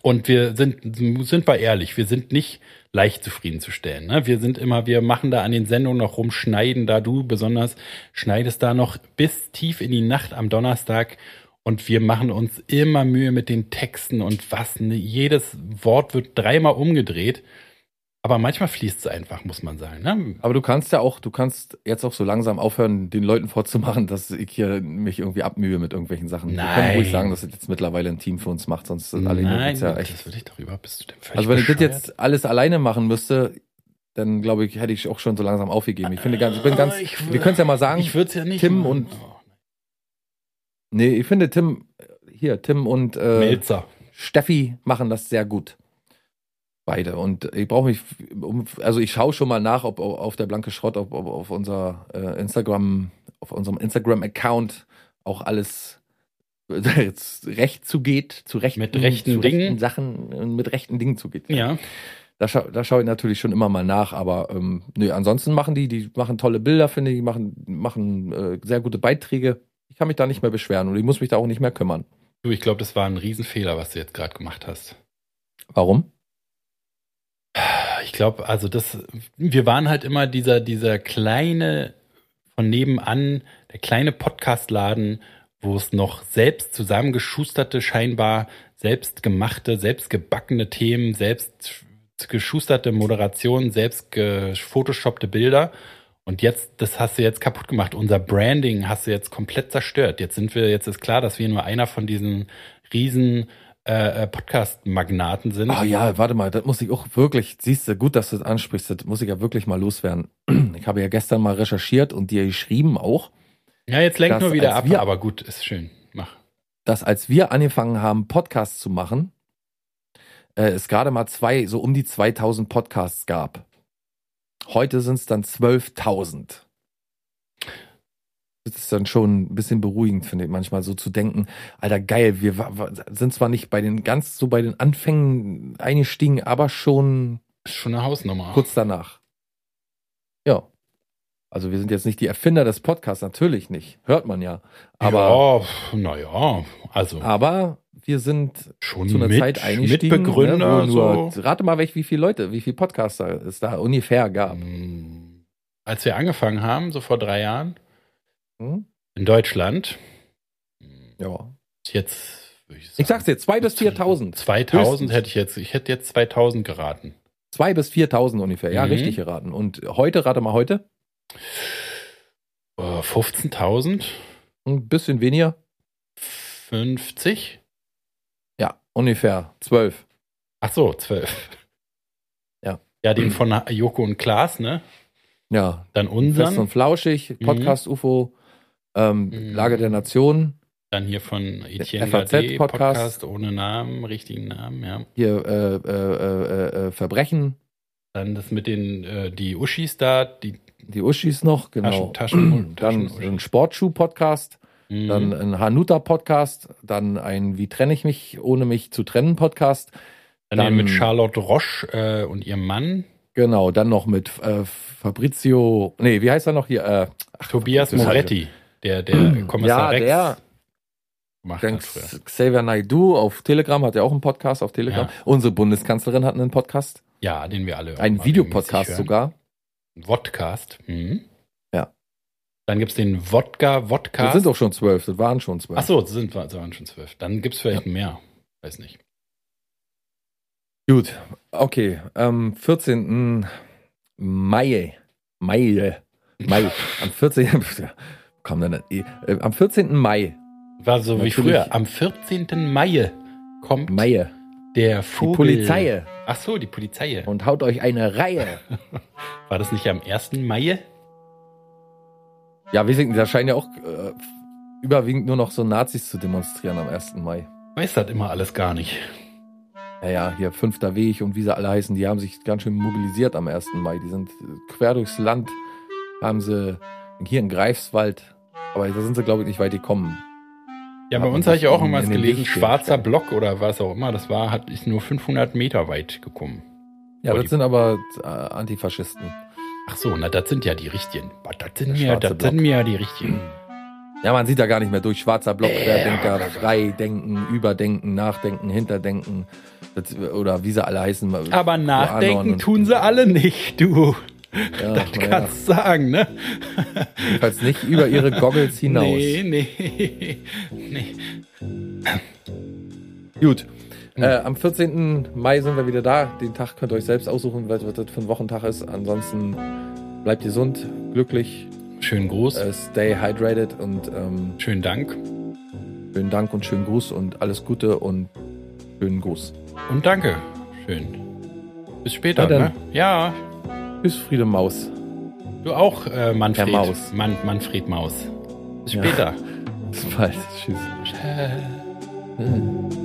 Und wir sind, sind wir ehrlich, wir sind nicht leicht zufriedenzustellen. Ne? Wir sind immer, wir machen da an den Sendungen noch rum, schneiden da, du besonders, schneidest da noch bis tief in die Nacht am Donnerstag. Und wir machen uns immer Mühe mit den Texten und was. Ne? Jedes Wort wird dreimal umgedreht. Aber manchmal fließt es einfach, muss man sagen. Ne?
Aber du kannst ja auch, du kannst jetzt auch so langsam aufhören, den Leuten vorzumachen, dass ich hier mich irgendwie abmühe mit irgendwelchen Sachen. Wir können
Nein.
ruhig sagen, dass das jetzt mittlerweile ein Team für uns macht, sonst sind alle
Nein,
ja
das
echt.
will ich darüber. Bist du denn völlig
Also wenn ich das
bescheuert?
jetzt alles alleine machen müsste, dann glaube ich, hätte ich auch schon so langsam aufgegeben. Ich finde ganz, ich bin ganz,
Ah, ich wür-
wir können es ja mal sagen.
ich würde es ja nicht.
Tim
machen. Oh.
und- nee, ich finde Tim, hier, Tim und äh,
Melzer.
Steffi machen das sehr gut. Beide. Und ich brauche mich, um, also ich schaue schon mal nach, ob ob auf der blanke Schrott, ob, ob auf unser äh, Instagram, auf unserem Instagram-Account auch alles [LAUGHS] jetzt recht zugeht, zu rechten,
Mit rechten
zu
Dingen.
rechten Sachen, äh, mit rechten Dingen zugeht.
Ja.
Da, scha da schaue ich natürlich schon immer mal nach, aber ähm, nö, ansonsten machen die, die machen tolle Bilder, finde ich, die machen, machen äh, sehr gute Beiträge. Ich kann mich da nicht mehr beschweren und ich muss mich da auch nicht mehr kümmern.
Du, ich glaube, das war ein Riesenfehler, was du jetzt gerade gemacht hast.
Warum?
Ich glaube, also das, wir waren halt immer dieser, dieser kleine, von nebenan, der kleine Podcastladen, wo es noch selbst zusammengeschusterte, scheinbar selbstgemachte, selbstgebackene Themen, selbst geschusterte Moderationen, selbst gefotoshoppte Bilder. Und jetzt, das hast du jetzt kaputt gemacht. Unser Branding hast du jetzt komplett zerstört. Jetzt sind wir, jetzt ist klar, dass wir nur einer von diesen riesen äh, Podcast-Magnaten sind.
Ah ja, warte mal, das muss ich auch wirklich, siehst du, gut, dass du das ansprichst, das muss ich ja wirklich mal loswerden. [CLEARS THROAT] Ich habe ja gestern mal recherchiert und dir geschrieben auch,
ja, jetzt lenk
das
nur wieder
als
ab,
wir-
aber gut, ist schön. Mach.
dass als wir angefangen haben, Podcasts zu machen, äh, es gerade mal zwei, so um die 2000 Podcasts gab. Heute sind es dann 12.000. Das ist dann schon ein bisschen beruhigend, finde ich manchmal, so zu denken, alter geil, wir wa- wa- sind zwar nicht bei den ganz so bei den Anfängen eingestiegen, aber schon
Ist schon eine Hausnummer.
kurz danach. Ja. Also wir sind jetzt nicht die Erfinder des Podcasts, natürlich nicht. Hört man ja. Aber,
ja, naja, also
aber wir sind
schon
zu einer
mit,
Zeit eingestiegen.
Mitbegründer.
ne, wo nur,
so.
Rate mal, welch, wie viele Leute, wie viele Podcaster es da ungefähr gab.
Mm, Als wir angefangen haben, so vor drei Jahren, Mhm.
Hm?
in Deutschland,
Ja.
jetzt, würde ich,
Ich sag's dir, 2 bis 4.000.
2000
höchstens.
hätte ich jetzt, ich hätte jetzt 2000 geraten.
2 bis 4.000 ungefähr. Ja,
Mhm.
richtig geraten. Und heute, rate mal heute,
Äh, 15.000?
ein bisschen weniger.
50?
Ja, ungefähr 12.
Ach so, 12.
Ja.
Ja, den von Joko und Klaas, ne?
Ja,
Dann
Fest und
unseren,
Flauschig, Podcast UFO, ähm,
Mhm.
Lage der Nation,
dann hier von Etienne
FAZ
Gade, Podcast.
Podcast
ohne Namen, richtigen Namen, ja.
hier äh, äh, äh, äh, Verbrechen,
Dann das mit den, äh, die Uschis da, die
die Uschis noch, genau.
Taschen,
[CLEARS THROAT]
Taschen,
dann
Taschen-
ein Sportschuh-Podcast,
Mhm.
dann äh, ein Hanuta-Podcast, dann ein Wie trenne ich mich, ohne mich zu trennen Podcast.
Dann, den
Dann-
mit Charlotte Roche äh, und ihrem Mann,
Genau, dann noch mit äh, Fabrizio, nee, wie heißt er noch hier? Äh,
Tobias
das ist- halt
Moretti, der, der Kommissar
ja,
Rex
der,
gemacht
dann
hat früher.
Xavier Naidu auf Telegram hat ja auch einen Podcast auf Telegram.
Ja.
Unsere Bundeskanzlerin hat einen Podcast,
Ja, den wir alle. auch
einen
mal
Videopodcast
regelmäßig hören.
sogar.
Ein Vodcast. Mhm.
Ja.
Dann gibt es den Wodka,
Das
Wodcast.
sind doch schon zwölf, das waren schon zwölf.
Achso, das sind das waren schon zwölf. Dann gibt es vielleicht mehr. Weiß nicht.
Gut, okay. Am 14. Mai. Mai. Mai. Am 14. [LAUGHS] Komm, dann, äh, am 14. Mai.
War so wie
Natürlich.
früher. Am 14. Mai kommt
Mai.
der
Die
Vogel.
Polizei.
Achso, die Polizei.
Und haut euch eine Reihe.
War das nicht am 1. Mai?
Ja, wir sind, da scheinen ja auch äh, überwiegend nur noch so Nazis zu demonstrieren am 1. Mai.
Weiß das immer alles gar nicht.
Naja, hier Fünfter Weg und wie sie alle heißen, die haben sich ganz schön mobilisiert am 1. Mai. Die sind äh, quer durchs Land, haben sie hier in Greifswald, aber da sind sie, glaube ich, nicht weit gekommen.
Ja,
Hat
bei
man
uns
das
habe ich auch
in-
immer was
in den
gelesen,
Lichtschirm
schwarzer
stellen.
Block oder was auch immer, das war, hat, ist nur 500 Meter weit gekommen.
Ja,
Aber
das
die-
sind aber äh, Antifaschisten.
Ach so, na, das sind ja die richtigen. Boah, Das sind
Der
mir,
schwarze
das
Block.
sind mir die richtigen.
Ja, man sieht da gar nicht mehr durch. Schwarzer Block,
Äh, Ja.
Querdenker, Freidenken, Überdenken, Nachdenken, Hinterdenken. Das, oder wie sie alle heißen.
Aber nachdenken
und-
tun sie alle nicht, du.
Ja,
das
naja.
kannst du sagen, ne?
Jedenfalls nicht über ihre Goggles hinaus.
Nee, nee. [LAUGHS] nee.
Gut.
Hm.
Äh, am 14. Mai sind wir wieder da. Den Tag könnt ihr euch selbst aussuchen, was, was das für ein Wochentag ist. Ansonsten bleibt gesund, glücklich,
Schönen Gruß,
äh, stay hydrated und ähm,
schönen Dank
schönen Dank und schönen Gruß und alles Gute und schönen Gruß.
und danke. Schön. Bis später,
Na
ne?
dann.
Ja,
Tschüss, Friede [LAUGHS] Maus.
du auch, äh, Manfred.
Herr Maus.
Mann, Manfred Maus. Bis
Ja.
später.
Bis bald. Tschüss.
Äh.
Hm.